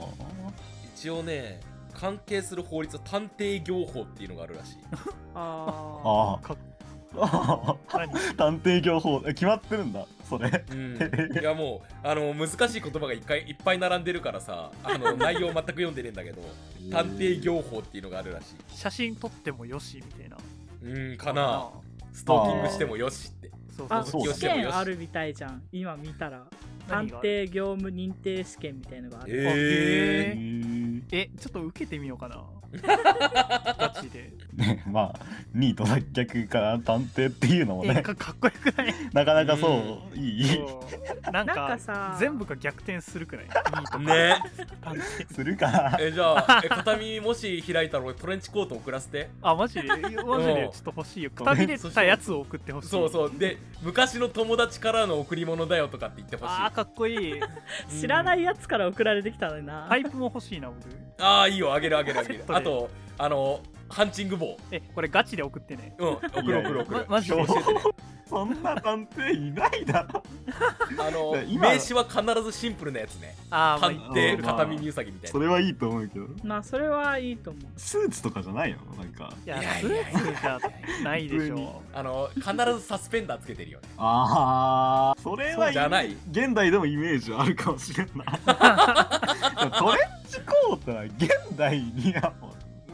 Speaker 2: 一応ね関係する法律は探偵業法っていうのがあるらしい
Speaker 4: あ
Speaker 3: あ
Speaker 1: か
Speaker 3: あ
Speaker 1: 何
Speaker 3: 探偵業法え決まってるんだそれ
Speaker 2: うんいやもうあの難しい言葉がいっぱいいっぱい並んでるからさあの内容全く読んでねえんだけど探偵業法っていうのがあるらし
Speaker 1: 写真撮ってもよしみたいな
Speaker 2: いうーんかなストーキングしてもよしって
Speaker 1: そう
Speaker 4: あ
Speaker 1: そう
Speaker 3: そう
Speaker 4: 試験あるみたいじゃん今見たら探
Speaker 1: 何がある
Speaker 4: 偵業務認定試験みたいのがある、
Speaker 1: へ
Speaker 3: へー
Speaker 1: えちょっと受けてみようか なガチで
Speaker 3: ねまあニー ト脱却から探偵っていうのも
Speaker 1: え
Speaker 3: ね
Speaker 1: かかっこよくない
Speaker 3: なかなかそういい
Speaker 1: そうなんか
Speaker 4: なんかさ
Speaker 1: 全部が逆転するくらいいいとこ
Speaker 2: ね
Speaker 1: 探偵
Speaker 3: するから
Speaker 2: えじゃあえ片耳もし開いたら俺トレンチコート送らせ て
Speaker 1: あマジでマジでちょっと欲しいよくたびれたやつを送ってほしい
Speaker 2: そうそうで昔の友達からの贈り物だよとかって言ってほしい
Speaker 1: あーかっこいい
Speaker 4: 知らないいやつから送られてきたのに な、
Speaker 1: パイプも欲しいな僕
Speaker 2: ああいいよあげるあげるあげる
Speaker 1: セットで
Speaker 2: あとあのハンチング棒
Speaker 1: えこれガチで送ってね
Speaker 2: うん送る送る送
Speaker 1: ま
Speaker 2: る
Speaker 1: マジで教えてね
Speaker 3: そんな探偵いないだろ
Speaker 2: あの
Speaker 3: 今
Speaker 2: 名刺は必ずシンプルなやつね
Speaker 1: あー、ま
Speaker 2: 探
Speaker 1: あ、
Speaker 2: 偵
Speaker 3: まあ
Speaker 2: 片耳ウサギみたい
Speaker 3: そ
Speaker 2: な
Speaker 3: れはいいと思うけど
Speaker 4: まあそれはいいと思う
Speaker 3: スーツとかじゃないのなんか
Speaker 1: いや
Speaker 2: いや
Speaker 1: ス
Speaker 2: いやいや
Speaker 1: ーツじゃないでし
Speaker 3: 普通
Speaker 1: ょ
Speaker 2: あの必ずサスペンダーつけてるよね
Speaker 3: ああそれ
Speaker 2: そ
Speaker 3: は
Speaker 2: うじゃない
Speaker 3: 現代でもイメージはあるか もしれないトレンチコートは現代にはもう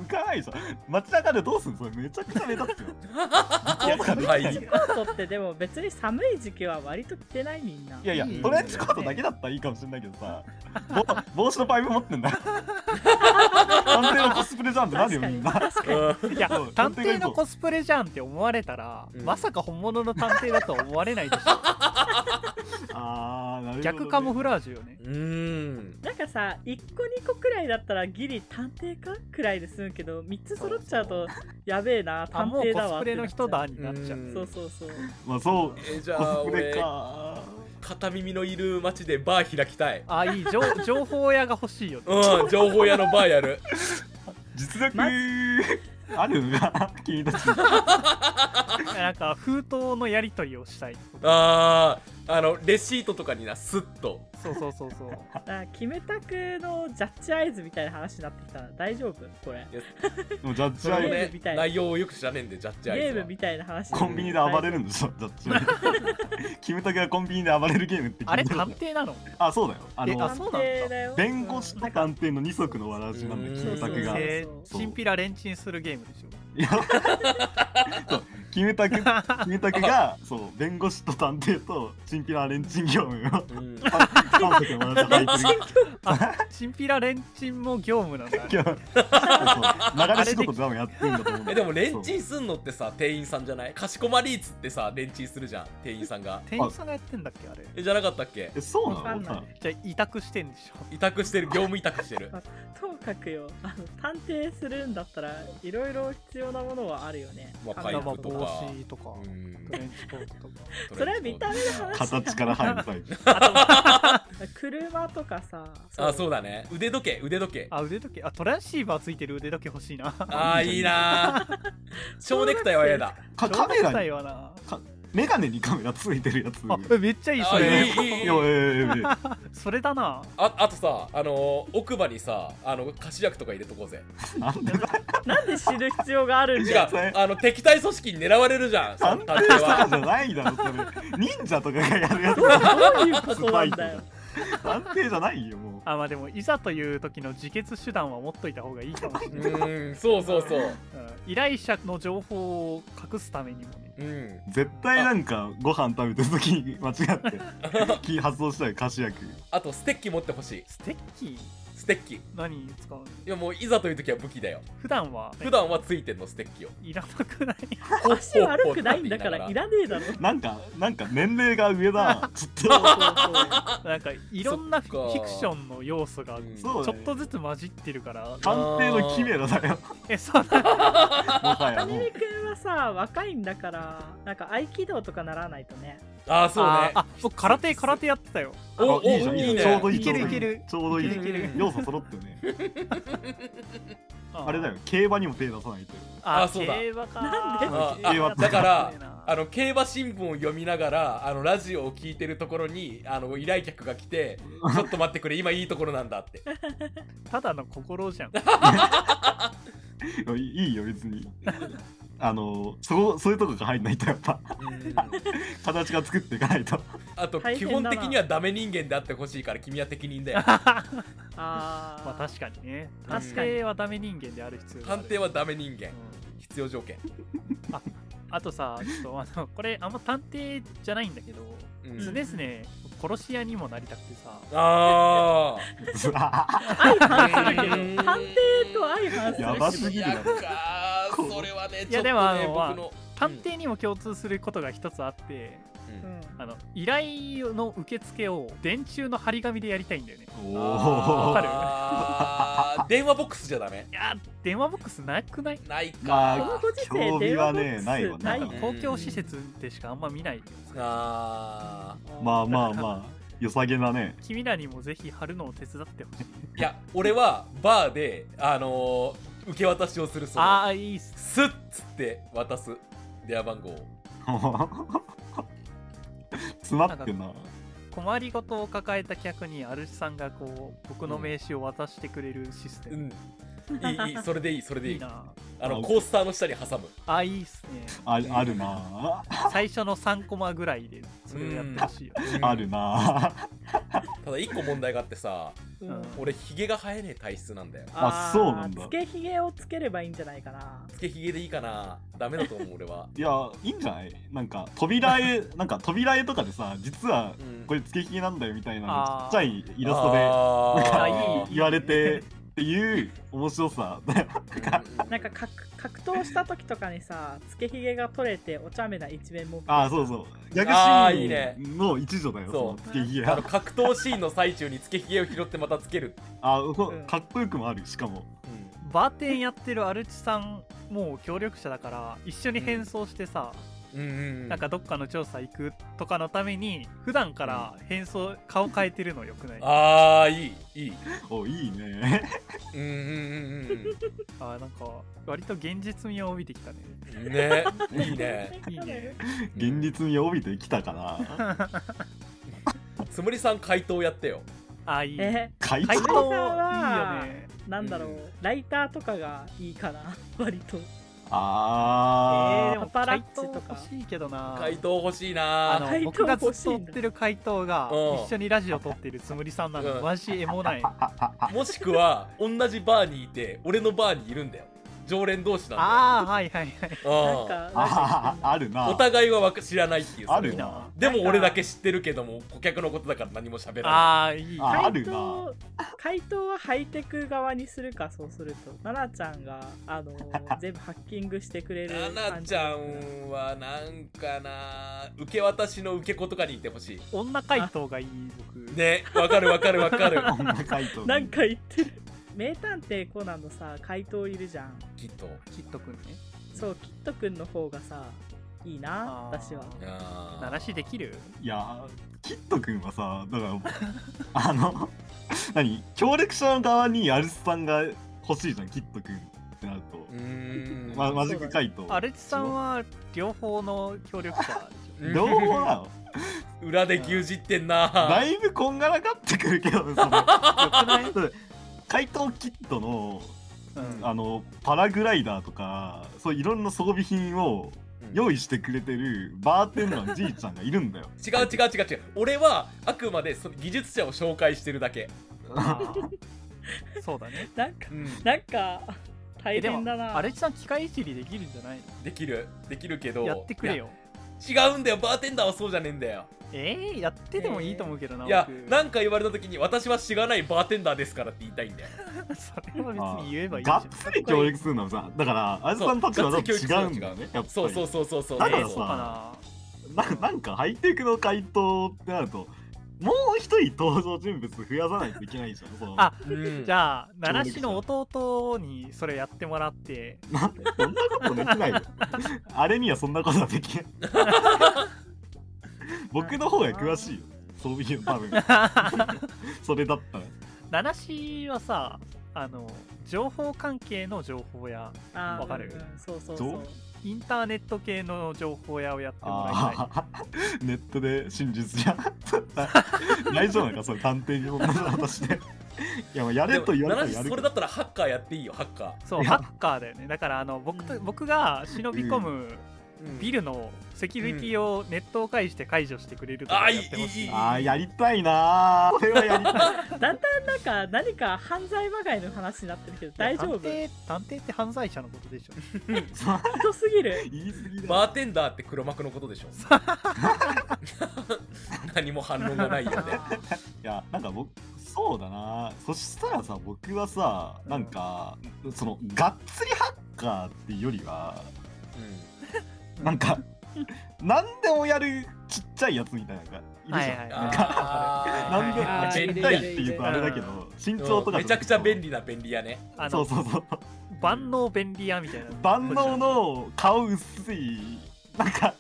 Speaker 3: かわいいさ街中でどうすんのそれめちゃくちゃ目立つよリコーとかできない
Speaker 2: はい
Speaker 4: コートってでも別に寒い時期は割と着てないみんない
Speaker 3: やいや
Speaker 1: いいよ
Speaker 3: トレンチコートだけだったらいいかもしれないけどさぼ帽子のパイプ持ってんだ探偵のコスプレじゃんってなるよみんな
Speaker 2: うん
Speaker 1: いや
Speaker 3: そう
Speaker 1: 探偵のコスプレじゃんって思われたら、
Speaker 2: うん
Speaker 1: まさか本物の探偵だとは思われないでし ょ
Speaker 3: あーなるほどね
Speaker 1: 逆カモフラージュよね
Speaker 2: うーん
Speaker 4: なんかさ1個2個くらいだったらギリ探偵かくらいで済むけど3つ揃っちゃうとやべえな
Speaker 1: あ
Speaker 4: 探
Speaker 1: もう
Speaker 4: 偵
Speaker 1: コ
Speaker 4: だ
Speaker 1: ス
Speaker 4: わっ
Speaker 1: プ
Speaker 4: て
Speaker 1: レ
Speaker 4: な
Speaker 1: の
Speaker 4: っちゃ
Speaker 1: 人
Speaker 4: う
Speaker 1: だになっちゃう
Speaker 2: うん
Speaker 4: そうそうそう
Speaker 3: まあそう
Speaker 2: えじゃあ
Speaker 3: コスプレ
Speaker 2: 俺
Speaker 3: か
Speaker 2: 片耳のいる街でバー開きたい
Speaker 1: あいい情情報屋が欲しいよね
Speaker 2: うん情報屋のバーやる
Speaker 3: 実力あるが君たち
Speaker 1: なんか封筒のやり取りをしたい
Speaker 2: あーあのレシートとかになスッと
Speaker 1: そうそうそうそう
Speaker 4: だからキムタクのジャッジアイズみたいな話になってきたら大丈夫これ
Speaker 3: もうジャッジ
Speaker 2: そ
Speaker 3: ア
Speaker 2: れも
Speaker 3: イ
Speaker 4: ゲー
Speaker 2: ね
Speaker 4: ムみたい
Speaker 2: 内容をよく知らねえんでジャッジ
Speaker 4: ゲ
Speaker 2: アイ
Speaker 4: ー
Speaker 2: ズ
Speaker 4: ム
Speaker 2: は
Speaker 4: みたいな話
Speaker 3: コンビニで暴れるんでしょジャッジアイ キムタクがコンビニで暴れるゲームって聞いた
Speaker 1: あれ探偵なの
Speaker 3: あそうだよあ
Speaker 1: え
Speaker 3: の
Speaker 1: あそうなんだ
Speaker 4: 探偵だよ
Speaker 3: 弁護士と探偵の二足のわらじなんで
Speaker 2: うん
Speaker 3: キムタクが
Speaker 1: え
Speaker 4: そ
Speaker 1: ー
Speaker 4: う
Speaker 1: チンピラレンチンするゲームでしょ
Speaker 3: いやそうキムタクキムタクがそう弁護士と探偵とチンピラレンチン業務を
Speaker 2: うん
Speaker 3: 三足のわらじが入ってる
Speaker 1: チンピラレンチンも業務なんだ
Speaker 3: 今日そう流れ仕事多分やってんだと思うんだ
Speaker 2: え
Speaker 3: けど
Speaker 2: でもレンチ
Speaker 3: そう
Speaker 2: ンすんのってさ店員さんじゃないかしこまりっつってさレンチンするじゃん店員さんが
Speaker 1: 店員さんがやってんだっけあれ
Speaker 2: えじゃなかったっけ
Speaker 3: えそう
Speaker 4: わか
Speaker 3: なの
Speaker 4: んない
Speaker 3: さ
Speaker 1: じゃあ委託してんでしょ
Speaker 2: 委託してる業務委託してる
Speaker 4: ともかくよあの探偵するんだったらいろいろ必要なものはあるよね
Speaker 2: まあ
Speaker 4: あ
Speaker 2: パイ
Speaker 4: の
Speaker 2: プ
Speaker 1: まあ
Speaker 2: と
Speaker 1: 帽
Speaker 2: か
Speaker 1: 子とか
Speaker 2: うん
Speaker 1: トレンチコートとか
Speaker 4: それは見た目の話
Speaker 3: 形から入るタイプ
Speaker 4: 車とかさ
Speaker 2: あそうだね腕時計腕時計
Speaker 1: あ腕時計あトランシーバーついてる腕時計欲し いな
Speaker 2: あーいいな ー蝶ネクタイは嫌だ
Speaker 3: か
Speaker 1: カ
Speaker 3: カ
Speaker 1: メ
Speaker 3: メ
Speaker 1: ラ
Speaker 3: ラ
Speaker 1: い
Speaker 3: に
Speaker 1: はな
Speaker 3: メガネにカメラついてるやつ
Speaker 1: あえめっちゃいいそ
Speaker 2: あ
Speaker 1: れ
Speaker 2: いいいいいい
Speaker 3: いやいやいやいや
Speaker 1: それだな
Speaker 2: ああとさあのー奥歯にさあの菓子薬とか入れとこうぜ
Speaker 3: なんでだ
Speaker 4: なんで知る必要があるん
Speaker 2: 違
Speaker 4: だよ
Speaker 2: うあの敵対組織に狙われるじゃんそ
Speaker 3: 探
Speaker 2: の探
Speaker 3: 偵
Speaker 2: 偵
Speaker 3: とかじ
Speaker 2: は
Speaker 3: ゃないだろそれ忍者とかがやるやつ
Speaker 4: どういうことなんだよ
Speaker 3: 探偵じゃないよもう
Speaker 1: あまあでもいざという時の自決手段は持っといた方がいいかもし
Speaker 2: う
Speaker 1: れない、
Speaker 2: ーんそうそうそう
Speaker 1: うん依頼者の情報を隠すためにもね
Speaker 2: うん
Speaker 3: 絶対なんかご飯食べてる時に間違 って気発動したよ菓子役
Speaker 2: あとステッキ持ってほしい
Speaker 1: ステッキ
Speaker 2: ステッキい
Speaker 1: 何に使うの
Speaker 2: やもういざという時は武器だよ
Speaker 1: 普段は
Speaker 2: 普段はついてんのステッキを
Speaker 1: いらなくない
Speaker 4: 足悪くないんだからいらねえだろ
Speaker 3: なんかなんか年齢が上だちょっ
Speaker 1: なんかいろんなフ
Speaker 2: そっか
Speaker 1: ィクションの要素が
Speaker 2: うん
Speaker 3: とそう
Speaker 1: ちょ
Speaker 3: だ
Speaker 1: っ
Speaker 3: ね
Speaker 1: とずつ混じってるから
Speaker 3: 探偵のキメラだよ
Speaker 1: えそうなの
Speaker 3: もはや
Speaker 4: ア
Speaker 3: も
Speaker 4: ニメ
Speaker 3: う
Speaker 4: くんはさ若いんだからなんか合気道とかならないとね
Speaker 2: ああそう
Speaker 1: あ
Speaker 2: ね
Speaker 1: あ僕空手空手やってたよ
Speaker 2: お
Speaker 3: あいいじゃんいいじゃんちょうどいい
Speaker 1: いけるいける
Speaker 3: ちょうどいい
Speaker 1: いけるいける
Speaker 3: 要素揃ってるね
Speaker 1: あ
Speaker 3: あれだよ競馬にも手出さないと
Speaker 1: あ
Speaker 2: あそうだ
Speaker 1: 競馬か
Speaker 4: なんで
Speaker 2: あ
Speaker 3: 競馬
Speaker 2: だからあ
Speaker 1: あ
Speaker 2: の競馬新聞を読みながらあのラジオを聞いてるところにあの依頼客が来て「ちょっと待ってくれ今いいところなんだ」って
Speaker 1: ただの心 じゃん
Speaker 3: いやいいよ別にあのそうそういうとこが入んないとやっぱ
Speaker 2: うん
Speaker 3: 形が作っていか ないと
Speaker 2: あと
Speaker 4: 大
Speaker 2: 基
Speaker 4: 変だ
Speaker 2: 本
Speaker 4: な
Speaker 2: 的にはダメ人間であってほしいから君は適任だよ
Speaker 4: あ
Speaker 1: まあ確かにね
Speaker 4: 確
Speaker 2: かに
Speaker 1: 探偵はダメ人間である必要があ
Speaker 2: 探
Speaker 1: る
Speaker 2: 偵はダメ人間
Speaker 1: うん
Speaker 2: 必要条件
Speaker 1: あとさちょっとあの これあんま探偵じゃないんだけど
Speaker 2: う
Speaker 1: 常
Speaker 2: ん
Speaker 1: 々殺し屋にもなりたくてさ
Speaker 2: あ
Speaker 4: 相
Speaker 2: あ
Speaker 4: 反するけど探偵と相反する
Speaker 3: やばすぎるだろ
Speaker 2: かそれはね
Speaker 1: いや
Speaker 2: ちょっとね
Speaker 1: でもあの
Speaker 2: 僕の
Speaker 1: 探偵にも共通することが一つあって
Speaker 2: うん
Speaker 1: あの依頼の受付を電柱の張り紙でやりたいんだよね
Speaker 3: お
Speaker 1: わか
Speaker 3: お
Speaker 1: る
Speaker 2: あー電話ボックスじゃダメ
Speaker 1: いやー電話ボックスなくない
Speaker 2: ないか、
Speaker 3: ま
Speaker 4: こ
Speaker 3: あ
Speaker 4: のご時
Speaker 3: 興
Speaker 4: 世
Speaker 3: 味
Speaker 4: 電
Speaker 3: は
Speaker 4: 話ボッ
Speaker 3: ね
Speaker 4: クス
Speaker 3: ないわな
Speaker 4: ない
Speaker 2: ん
Speaker 1: 公共施設でしかあんま見ないよ
Speaker 2: あ
Speaker 3: まあまあまあ良さげだね
Speaker 1: 君らにもぜひ貼るのを手伝ってほしい
Speaker 2: ーいや俺はバーであのー受け渡しをするそう
Speaker 1: ああいいっす
Speaker 2: スッつって渡す電話番号を
Speaker 3: 詰まってんな
Speaker 1: 困りごとを抱えた客に主さんがこう僕の名刺を渡してくれるシステ
Speaker 2: う
Speaker 1: ム、
Speaker 2: んいいいいそれでいいそれでいい
Speaker 1: いいな
Speaker 2: あのコースターの下に挟む
Speaker 1: あいいっすね
Speaker 3: ああるな
Speaker 1: 最初の3コマぐらいでそれをやってほしいよね
Speaker 3: あるな
Speaker 2: ただ一個問題があってさ
Speaker 4: うん
Speaker 1: うん
Speaker 2: 俺ヒゲが生えねえ体質なんだよ
Speaker 3: あそうなんだ
Speaker 4: ーつけひげをつければいいんじゃないかな。
Speaker 2: つけヒゲでいいかなダメだと思う俺は
Speaker 3: いやいいんじゃないなんか扉絵なんか扉絵とかでさ実は
Speaker 2: うん
Speaker 3: これつけひげなんだよみたいな
Speaker 1: あー
Speaker 3: ちっちゃいイラストで
Speaker 1: あ
Speaker 2: あ
Speaker 1: いい
Speaker 3: 言われてっていう面白さ
Speaker 2: ー
Speaker 4: なんか格格闘した時とかにさ、つけひげが取れてお茶目な一面も。
Speaker 3: ああそうそうギャグシ
Speaker 2: あーいいね
Speaker 3: ーンの一助だよ
Speaker 2: そ
Speaker 3: そうのつけひげ
Speaker 2: あの
Speaker 3: あ
Speaker 2: 格闘シーンの最中につけひげを拾ってまたつける、
Speaker 3: あこ
Speaker 4: うん
Speaker 3: かっこよくもあるしかも
Speaker 1: バーテンやってるアルチさんもう協力者だから一緒に変装してさ、
Speaker 2: うん、うんうん
Speaker 1: なんかどっかの調査行くとかのために普段から変装顔変えてるのよくないあ
Speaker 2: ああいいいい
Speaker 3: おいいね
Speaker 2: うんうんうん
Speaker 1: ーなんか割と現実味を帯びてきた ね
Speaker 2: うんうんねいいね
Speaker 1: いいね
Speaker 3: 現実味を帯びてきたから
Speaker 2: つむりさん回答やってよ
Speaker 1: あーいい
Speaker 4: え
Speaker 3: 怪
Speaker 1: 回
Speaker 3: 盗
Speaker 1: 答いいよね
Speaker 4: なんだろう、
Speaker 2: うん
Speaker 4: ライターとかがいいかな 割と
Speaker 1: えー、
Speaker 3: あ
Speaker 1: で
Speaker 3: ー
Speaker 1: も
Speaker 4: パパラ
Speaker 1: 回
Speaker 4: ッチ
Speaker 1: 答
Speaker 4: とか
Speaker 1: 欲しいけどな
Speaker 2: 回答欲しい
Speaker 1: あ
Speaker 2: な
Speaker 1: の
Speaker 4: 回答
Speaker 1: 僕がずっ
Speaker 4: 欲しい
Speaker 1: と
Speaker 4: な
Speaker 1: 追ってる回答が
Speaker 2: うん
Speaker 1: 一緒にラジオ撮ってるつむりさんなの、
Speaker 2: うん
Speaker 1: マジエモない
Speaker 2: もしくは同じバーにいて俺のバーにいるんだよ常連同士なん
Speaker 1: ああはいはいはい
Speaker 2: だよ
Speaker 4: な
Speaker 2: うん
Speaker 4: んか
Speaker 3: あーあるな
Speaker 2: お互いはわか知らないっていう
Speaker 3: あ
Speaker 2: それ
Speaker 3: る
Speaker 2: を
Speaker 3: な
Speaker 2: でも俺だけ知ってるけども顧客のことだから何も喋らない
Speaker 1: ああいい
Speaker 3: あある
Speaker 4: 回
Speaker 3: な
Speaker 4: 答回答はハイテク側にするかそうすると奈々ちゃんがあの 全部ハッキングしてくれる
Speaker 2: なな
Speaker 4: 感じ
Speaker 2: ちゃんはなんかな受け渡しの受け子とかにいてほし
Speaker 1: 女回答がいい僕
Speaker 2: いねわかるわかるわかる
Speaker 3: こんな回答
Speaker 4: なんか言ってる名探偵コナンのさ回答いるじゃん
Speaker 2: きっと
Speaker 1: きっとくんね
Speaker 4: そうキットくんの方がさいい
Speaker 1: あ
Speaker 4: な
Speaker 1: ー
Speaker 4: 私は
Speaker 2: あー
Speaker 1: 鳴らしできる
Speaker 3: いやーキット君はさだからあの 何協力者の側にアルスさんが欲しいじゃんキット君ってなると、
Speaker 2: うーん
Speaker 3: ま、マジック回答
Speaker 1: アルチさんは両方の協力者でし
Speaker 2: うん
Speaker 3: どうなの
Speaker 2: 裏で牛耳ってんな
Speaker 3: だいぶこんがらがってくるけど ねその
Speaker 1: ょよくない、
Speaker 3: 回答キットの
Speaker 1: うん
Speaker 3: あのパラグライダーとかそういろんな装備品を
Speaker 2: うん
Speaker 3: 用意してくれてるバーテンダーのじいちゃんがいるんだよ
Speaker 2: 違う違う違う違う俺はあくまでその技術者を紹介してるだけ、
Speaker 1: あーそうだね
Speaker 4: なんか
Speaker 2: うん
Speaker 4: なんか
Speaker 1: え
Speaker 4: 大
Speaker 1: でも
Speaker 4: 変だな
Speaker 1: アルチさん機械いじりできるんじゃない
Speaker 2: できるできるけど
Speaker 1: のやってくれよ
Speaker 2: いや違うんだよバーテンダーはそうじゃねえんだよ
Speaker 1: えー、やってでもいいと思うけどな、
Speaker 2: いや
Speaker 1: 僕
Speaker 2: なんか言われた時に私はしがないバーテンダーですからって言いたいんだよ
Speaker 1: それは別に言えばいいじゃ
Speaker 3: が
Speaker 1: ん
Speaker 3: っつり協力するのはさだからアルスさんたちは
Speaker 2: そう
Speaker 3: 違うんだよねやっぱり
Speaker 2: そうそうそうそうそう
Speaker 3: だ
Speaker 1: え
Speaker 3: か
Speaker 1: ー
Speaker 3: ら
Speaker 1: そう
Speaker 3: さ
Speaker 1: か
Speaker 3: ななんかハイテクの回答ってなるともう一人登場人物増やさないといけないじ ゃんその
Speaker 1: あ
Speaker 2: うん
Speaker 1: なじゃあ奈良市の弟にそれやってもらって
Speaker 3: なんそんなことできないよあれにはそんなことはで きない僕の方が詳しいよそういう多分それだったら
Speaker 1: 奈良市はさあの情報関係の情報や
Speaker 4: あー
Speaker 1: わかる
Speaker 4: うんうんそうそうそう
Speaker 3: どう
Speaker 1: インターネット系の情報屋をやってもらいたい
Speaker 3: あーネットで真実じゃん大丈夫なんかそれ探偵に女の話していやまあや
Speaker 2: で
Speaker 3: れ
Speaker 2: も
Speaker 3: と言われたら
Speaker 2: な
Speaker 3: や
Speaker 2: ら
Speaker 3: る
Speaker 2: そ
Speaker 3: け
Speaker 2: れだ
Speaker 3: ど
Speaker 2: ったらハッカーやっていいよハッカ
Speaker 1: そうハッカーだよねだからあの僕と僕が忍び込む
Speaker 2: ー、うん
Speaker 1: ビルのセキュリティをネットを介して解除してくれると
Speaker 2: あ
Speaker 1: か
Speaker 2: ーいい
Speaker 1: やってほしい
Speaker 2: いいいい
Speaker 3: あーやりたいなーそれはやりたい
Speaker 4: だんだんなんか何か犯罪まがいの話になってるけど大丈夫
Speaker 1: 探偵探偵って犯罪者のことでしょ
Speaker 4: ひどすぎる
Speaker 3: 言い過ぎだよ
Speaker 2: バーテンダーって黒幕のことでしょ 何も反論がないよね
Speaker 3: いやなんか僕そうだなそしたらさ僕はさなんか、そのがっつりハッカーっていうよりはなんか何でもやるちっちゃいやつみたいなのがいるじゃん、
Speaker 1: はいはい
Speaker 3: なん
Speaker 1: あ
Speaker 3: か
Speaker 1: ー
Speaker 3: 何でも
Speaker 4: あ
Speaker 3: まあち
Speaker 4: ー
Speaker 3: っ
Speaker 2: 便
Speaker 3: ち
Speaker 2: 利
Speaker 3: ゃいっていうとあれだけ
Speaker 1: うん
Speaker 3: ど身長とか
Speaker 2: めちゃくちゃ便
Speaker 3: 利
Speaker 2: 利な便利やね
Speaker 1: あ
Speaker 3: そ
Speaker 1: の
Speaker 3: うそうそう
Speaker 1: 万能便利屋みたいな
Speaker 3: 万能の顔薄いなんか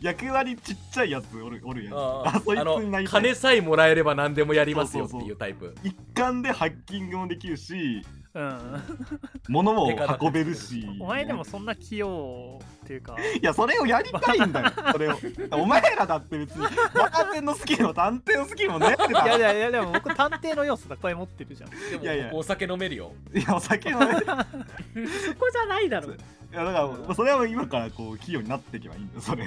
Speaker 3: 役割ちっちゃいやつおるおるやん
Speaker 2: あ
Speaker 3: あそいつ
Speaker 2: の
Speaker 3: になりたい
Speaker 2: 金さえもらえれば何でもやりますよっていうタイプ
Speaker 3: 一貫でハッキングもできるし
Speaker 1: うん
Speaker 3: 物も運べるし
Speaker 1: お前でもそんな器用っていうか
Speaker 3: いや、それをやりたいんだよ、それを。お前らだって別に、若手のスキルも探偵のスキルもねえって
Speaker 1: いや
Speaker 3: だ
Speaker 1: い
Speaker 3: ろ。
Speaker 1: やいやでも僕探偵の要素いっぱい持ってるじゃん
Speaker 2: でも
Speaker 3: いやいや
Speaker 2: お酒飲めるよ
Speaker 3: いや、お酒はね。
Speaker 4: そこじゃないだろ
Speaker 3: いや、だから、それは今からこう、器用になっていけばいいんだよ、それ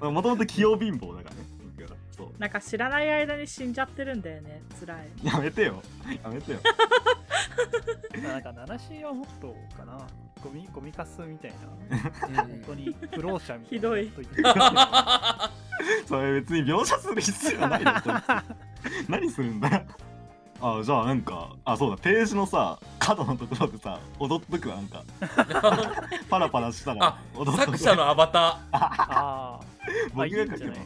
Speaker 3: は。もともと器用貧乏だからね。僕はそう。
Speaker 4: なんか知らない間に死んじゃってるんだよね辛い
Speaker 3: やめてよやめてよ
Speaker 1: なんかナナシはもっとかなゴミゴミかすみたいな本当
Speaker 2: に
Speaker 1: に不老者みたい
Speaker 4: ひ
Speaker 1: な
Speaker 4: どい
Speaker 1: こと言ってる
Speaker 3: それ別に描写する必要ないよ何するんだよあじゃあなんかあそうだページのさ角のところでさ踊っとくわなんかパラパラしたら
Speaker 2: あ
Speaker 3: 踊っと
Speaker 2: 作
Speaker 3: く
Speaker 2: 者のアバタ
Speaker 1: あーあ
Speaker 3: 僕
Speaker 1: いい
Speaker 3: が
Speaker 1: ん
Speaker 3: 書
Speaker 1: じ
Speaker 3: け
Speaker 1: ゃ
Speaker 3: ば
Speaker 1: ない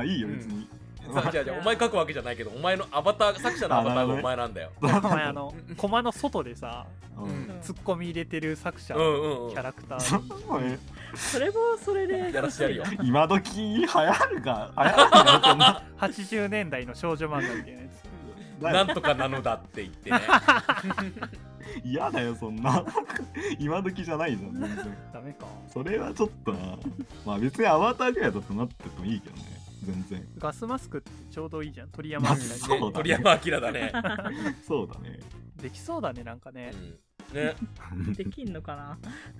Speaker 3: あいいよ別に、
Speaker 2: ーさじゃあじゃあお前書くわけじゃないけどお前のアバター作者のアバターがお前なんだよ、
Speaker 1: お前あのコマの外でさ
Speaker 3: うん
Speaker 2: うん
Speaker 1: ツッコミ入れてる作者
Speaker 2: うん
Speaker 1: の
Speaker 2: うんうん
Speaker 1: キャラクタ
Speaker 3: そ
Speaker 1: ーに
Speaker 3: うね
Speaker 4: それもそれで
Speaker 2: やらしてやるよ
Speaker 3: 今時流行るか流行るかそんな
Speaker 1: 80年代の少女漫画みたいなやつ
Speaker 2: なんとかなのだって言ってね
Speaker 3: 嫌だよそんな今時じゃないじゃん全然
Speaker 1: ダメか
Speaker 3: それはちょっとなまあ別にアバターぐらいだとなっててもいいけどね全然
Speaker 1: ガスマスクってちょうどいいじゃん鳥山明
Speaker 3: まあ
Speaker 1: に
Speaker 3: そうだね
Speaker 2: 鳥山明だね,、
Speaker 3: そうだね
Speaker 1: できそうだねなんかね
Speaker 2: うん、ね
Speaker 4: できんのか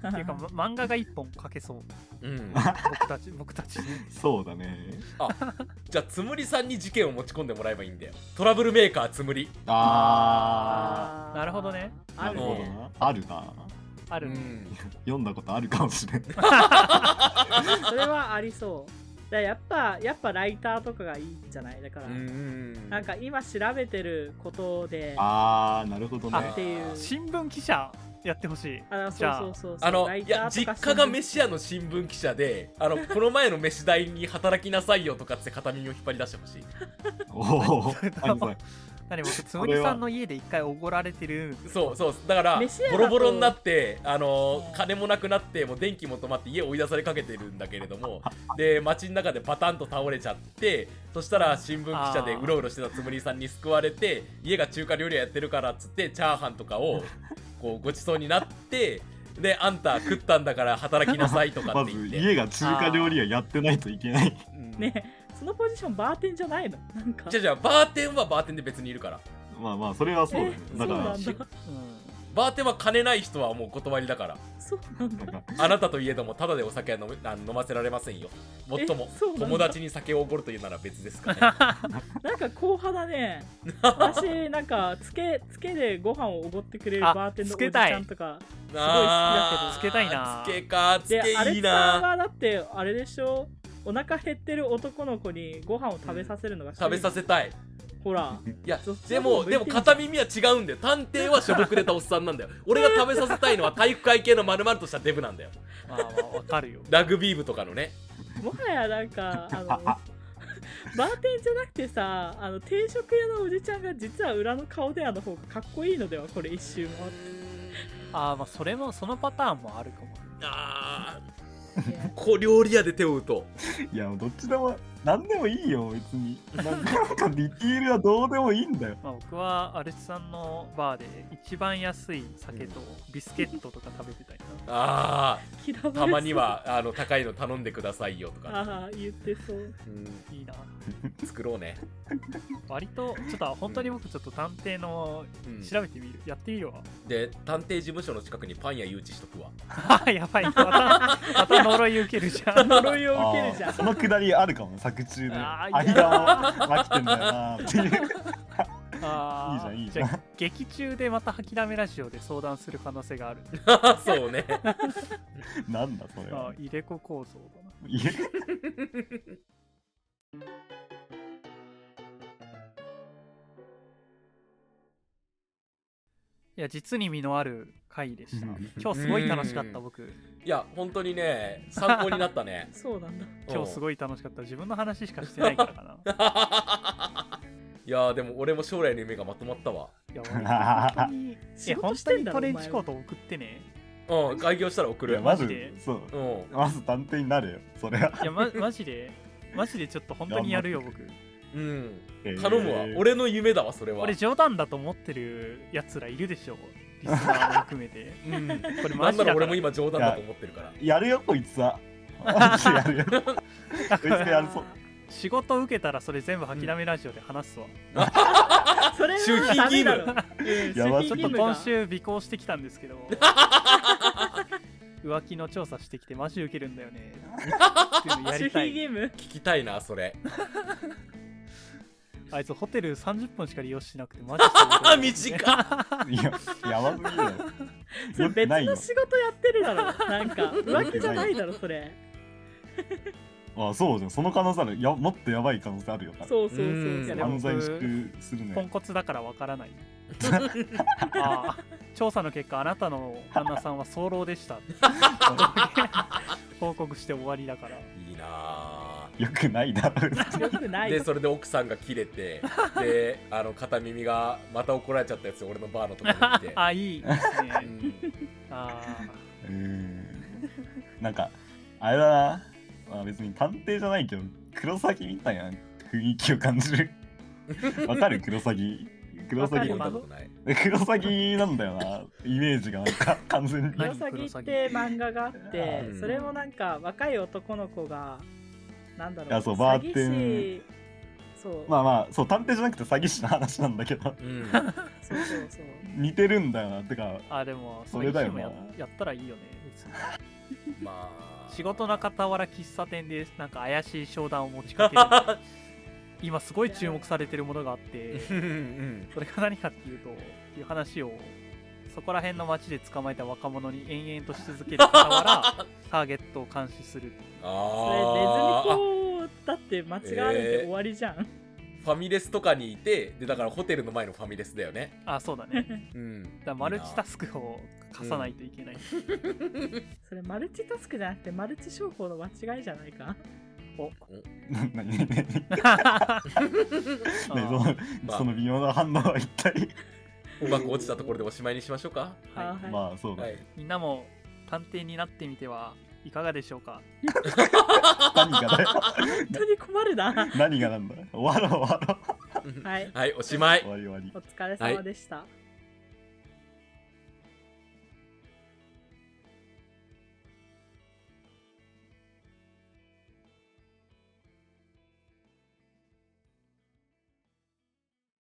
Speaker 4: な
Speaker 1: っていうか、 ま漫画が1本描けそう
Speaker 2: うん
Speaker 1: 僕たち僕たちに
Speaker 3: そうだね
Speaker 2: じゃあつむりさんに事件を持ち込んでもらえばいいんだよトラブルメーカーつむり
Speaker 3: あ
Speaker 1: ーなるほどね
Speaker 3: ー
Speaker 4: あ
Speaker 3: な
Speaker 4: る
Speaker 3: るほど
Speaker 4: ね
Speaker 3: なあるな
Speaker 1: あ
Speaker 2: う
Speaker 1: る、
Speaker 2: ん
Speaker 3: 読んだことあるかもしれない
Speaker 4: それはありそうだからやっぱやっぱライターとかがいいんじゃないだから、
Speaker 2: うん
Speaker 4: なんか今調べてることであ
Speaker 3: あーなるほどね
Speaker 4: っていう
Speaker 1: 新聞記者やってほしい
Speaker 4: あ
Speaker 1: じゃあ
Speaker 4: そうそうそうそう
Speaker 2: あの
Speaker 4: ライ
Speaker 2: い
Speaker 4: ター
Speaker 2: や
Speaker 4: と
Speaker 2: 実
Speaker 4: か
Speaker 2: 家が飯屋の新聞記者であのこの前の飯代に働きなさいよとかって片耳を引っ張り出してほしい
Speaker 3: おお何それ
Speaker 1: 何僕つむりさんの家で一回おごらられてる
Speaker 2: そうそうだから
Speaker 4: 飯屋だ
Speaker 2: ボ
Speaker 4: と
Speaker 2: ロボロになってあのー金もなくなってもう電気も止まって家追い出されかけてるんだけれど もで街の中でパタンと倒れちゃってそしたら新聞記者で
Speaker 1: あー
Speaker 2: うろうろしてたつむりさんに救われて家が中華料理屋やってるからっつってチャーハンとか をこうごちそうになってであんた食ったんだから働きなさいとか
Speaker 3: ま
Speaker 2: って
Speaker 3: ず
Speaker 2: 言って、
Speaker 3: 家が中華料理屋やってないといけない
Speaker 2: うん
Speaker 4: ねそのポジションバーテンじゃないのなんか
Speaker 2: じゃあじゃあバーテンはバーテンで別にいるから
Speaker 3: まあまあそれはそうだよね
Speaker 4: え
Speaker 3: だか
Speaker 4: そうな
Speaker 3: ら
Speaker 4: んだ
Speaker 1: う
Speaker 2: バーテンは金ない人はもう断りだから
Speaker 4: そうなんだ
Speaker 3: なんか
Speaker 2: あなたといえどもただでお酒は飲めあ飲ませられませんよもっとも
Speaker 4: えそうなんだ
Speaker 2: 友達に酒をおごるというなら別ですから、ね、
Speaker 4: なんか硬派 だね私なんかつけつけでご飯をおごってくれる
Speaker 1: あ
Speaker 4: バーテンのお
Speaker 1: つけ
Speaker 4: じち
Speaker 1: たい
Speaker 4: ゃんとか
Speaker 2: あー
Speaker 1: すごい好きだけどつけたいな
Speaker 2: つけかつ
Speaker 4: でア
Speaker 2: けい
Speaker 4: レ
Speaker 2: い
Speaker 4: クサ
Speaker 2: な
Speaker 4: はだってあれでしょお腹減ってる男の子にご飯を食べさせるのが趣
Speaker 2: 食
Speaker 4: 味
Speaker 2: べさせたい
Speaker 4: ほら
Speaker 2: いや
Speaker 4: そっち
Speaker 2: で
Speaker 4: の方
Speaker 2: も
Speaker 4: 向いてんじ
Speaker 2: で
Speaker 4: ゃん
Speaker 2: も片耳は違うんだよ探偵は素朴でたおっさんなんだよ俺が食べさせたいのは体育会系の丸々としたデブなんだよ
Speaker 1: んまあまあわかるよ
Speaker 2: ラグビー部とかのね
Speaker 4: もはやなんかあ のバーテンじゃなくてさあの定食屋のおじちゃんが実は裏の顔であの方がかっこいいのではこれ一周も
Speaker 1: ああまあそれもそのパターンもあるかも
Speaker 2: あー小料理屋で手を打と
Speaker 3: いやどっちでも何でもいいよ別になんかなんかディティールはどうでもいいんだよ
Speaker 1: まあ、僕はアルチさんのバーで一番安い酒とビスケットとか食べてたいな、
Speaker 2: うあ
Speaker 4: 嫌われ
Speaker 2: あたまにはあの高いの頼んでくださいよとか、ね
Speaker 4: ああ言ってそう
Speaker 2: う、
Speaker 1: いいなん
Speaker 2: 作ろうね、
Speaker 1: 割とちょっと本当に僕ちょっと探偵の
Speaker 2: うん
Speaker 1: 調べてみる、やってみるわ
Speaker 2: で探偵事務所の近くにパン屋誘致しとくわ
Speaker 1: やばいまたまた呪い受けるじゃん
Speaker 4: 呪いを
Speaker 3: あ
Speaker 4: 受けるじゃ
Speaker 3: ー
Speaker 4: ん
Speaker 3: そのくだりあるかもね作中で
Speaker 1: あー
Speaker 3: 間を分けてんだよなーっていういいじ
Speaker 1: あ
Speaker 3: ゃ
Speaker 1: ー
Speaker 3: んいいじゃん
Speaker 1: あ劇中でまた吐きだめラジオで相談する可能性がある
Speaker 2: そうね
Speaker 3: なんだそれ
Speaker 1: あ
Speaker 3: は
Speaker 1: ー入れ子構造だない
Speaker 3: や
Speaker 1: いや実に実のある回でした
Speaker 3: うん
Speaker 1: 今日すごい楽しかっ
Speaker 2: う
Speaker 1: た
Speaker 2: ん
Speaker 1: 僕
Speaker 2: いや本当にね参考になったね
Speaker 4: そうなんだ
Speaker 1: 今日す
Speaker 2: い
Speaker 1: ごい楽しかった自分の話しかしてないからかな
Speaker 2: いやでも俺も将来の夢がまとまったわ
Speaker 1: いや本当にい
Speaker 4: 仕
Speaker 1: や
Speaker 4: 事
Speaker 1: 本
Speaker 4: し
Speaker 1: 当
Speaker 4: てん
Speaker 1: に
Speaker 4: だ
Speaker 1: ト
Speaker 4: ろ
Speaker 1: レ
Speaker 4: お
Speaker 1: ンチ
Speaker 4: 前
Speaker 1: コー
Speaker 4: は
Speaker 1: ト送ってね
Speaker 2: うん開業したら送
Speaker 3: い
Speaker 2: る
Speaker 3: や
Speaker 2: よ
Speaker 3: ま
Speaker 1: マジ
Speaker 3: ず
Speaker 1: で
Speaker 3: そう
Speaker 2: うん
Speaker 3: まず探偵になれよそれはい
Speaker 1: や、ま、マジでマジでちょっと本当にやるよ僕
Speaker 2: うん、
Speaker 3: えー
Speaker 2: 頼むわ俺の夢だわそれは
Speaker 1: 俺冗談だと思ってるやつらいるでしょリスナーも含めて
Speaker 2: うん、 な
Speaker 1: これマ
Speaker 2: ん
Speaker 1: ジだから
Speaker 2: なら俺も今冗談だと思ってるから
Speaker 3: やるよこい つはマジでやるよこいつがやるそう
Speaker 1: 仕事受けたらそれ全部吐きだめラジオで話すわ、
Speaker 4: それはダメだろうん
Speaker 3: やば
Speaker 4: 守秘
Speaker 1: ちょっ
Speaker 4: 義
Speaker 1: と
Speaker 4: 務だ
Speaker 1: 今週尾行してきたんですけど浮気の調査してきてマジウケるんだよねっていうのや
Speaker 4: 守
Speaker 1: りた
Speaker 4: 秘
Speaker 1: い
Speaker 4: 義務
Speaker 2: 聞きたいなそれ
Speaker 1: あいつホテル30分しか利用しなくてマジあ
Speaker 2: あ 短っ
Speaker 3: いや、やばすぎるよ。
Speaker 4: それ
Speaker 3: よく
Speaker 4: 別
Speaker 3: ないよ
Speaker 4: の。仕事やってるだろなんか浮気じゃないだろそれ
Speaker 3: あ、そうじゃん。その可能性ある。やもっとやばい可能性あるよ。
Speaker 4: そうそうそう
Speaker 2: うん
Speaker 4: そう
Speaker 1: でも
Speaker 3: 犯罪にする
Speaker 1: ポン
Speaker 3: ね。
Speaker 1: コツだからわからない ああ調査の結果あなたの旦那さんは早漏でした報告して終わりだから
Speaker 2: いいなあ
Speaker 3: よくない だろ。
Speaker 4: よくない
Speaker 2: でそれで奥さんが切 れてであの片耳がまた怒られちゃったやつ俺のバーのとこ にいて
Speaker 1: あいいです
Speaker 2: う
Speaker 1: ね
Speaker 2: ん
Speaker 1: あ
Speaker 3: うーん。なんか、あれだな。まあ、別に探偵じゃないけど、黒崎みたいな雰囲気を感 じる。わかる黒崎。黒
Speaker 1: わか
Speaker 3: 崎
Speaker 1: る
Speaker 2: 読ん
Speaker 1: わ
Speaker 2: だ
Speaker 1: か
Speaker 2: こ
Speaker 1: る
Speaker 2: とない
Speaker 3: 黒崎なんだよな。イメージがなんか完全に。
Speaker 4: 黒崎って漫画があって、
Speaker 2: うん
Speaker 4: それもなんか若い男の子がなんだろう
Speaker 3: あそうバーテン
Speaker 4: 詐欺師そう、
Speaker 3: まあまあ、そう、探偵じゃなくて詐欺師の話なんだけど、
Speaker 2: うん
Speaker 4: そうそうそう
Speaker 3: 似てるんだよな。てか、
Speaker 1: ああでも
Speaker 3: それだよ
Speaker 1: も
Speaker 3: な
Speaker 1: ややったらいいよね別に
Speaker 2: まあ
Speaker 1: 仕事の傍ら喫茶店でなんか怪しい商談を持ちかける 今すごい注目されてるものがあって
Speaker 2: うんうん
Speaker 1: それが何かっていうとっていう話をそこら辺の街で捕まえた若者に延々とし続ける傍 らターゲットを監視する
Speaker 4: そ
Speaker 2: あ
Speaker 4: れネズミ
Speaker 2: ー
Speaker 4: 講だって間違われて終わりじゃん、
Speaker 2: あファミレスとかにいてでだからホテルの前のファミレスだよね
Speaker 1: あそうだ ねだか
Speaker 2: うん
Speaker 1: らマルチタスクを課さないといけない、
Speaker 4: それマルチタスクじゃなくてマルチ商法の間違いじゃないか
Speaker 1: お
Speaker 3: な、なに、なに、ね、
Speaker 1: あ
Speaker 3: そ
Speaker 1: ー
Speaker 3: の、その微妙な反応は一体。
Speaker 2: うまく落ちたところでおしまいにしましょうか
Speaker 1: は
Speaker 4: あーはい
Speaker 3: まあ、そうだ
Speaker 2: は
Speaker 3: ね。
Speaker 2: い
Speaker 1: みんなも探偵になってみてはいかがでしょうか
Speaker 3: 何がだよ。
Speaker 4: 本当に困るな
Speaker 3: 何がなんだ終わろう終わろう
Speaker 4: はい
Speaker 2: はいおしまい
Speaker 3: 終わり終わり
Speaker 4: お疲れ様でした、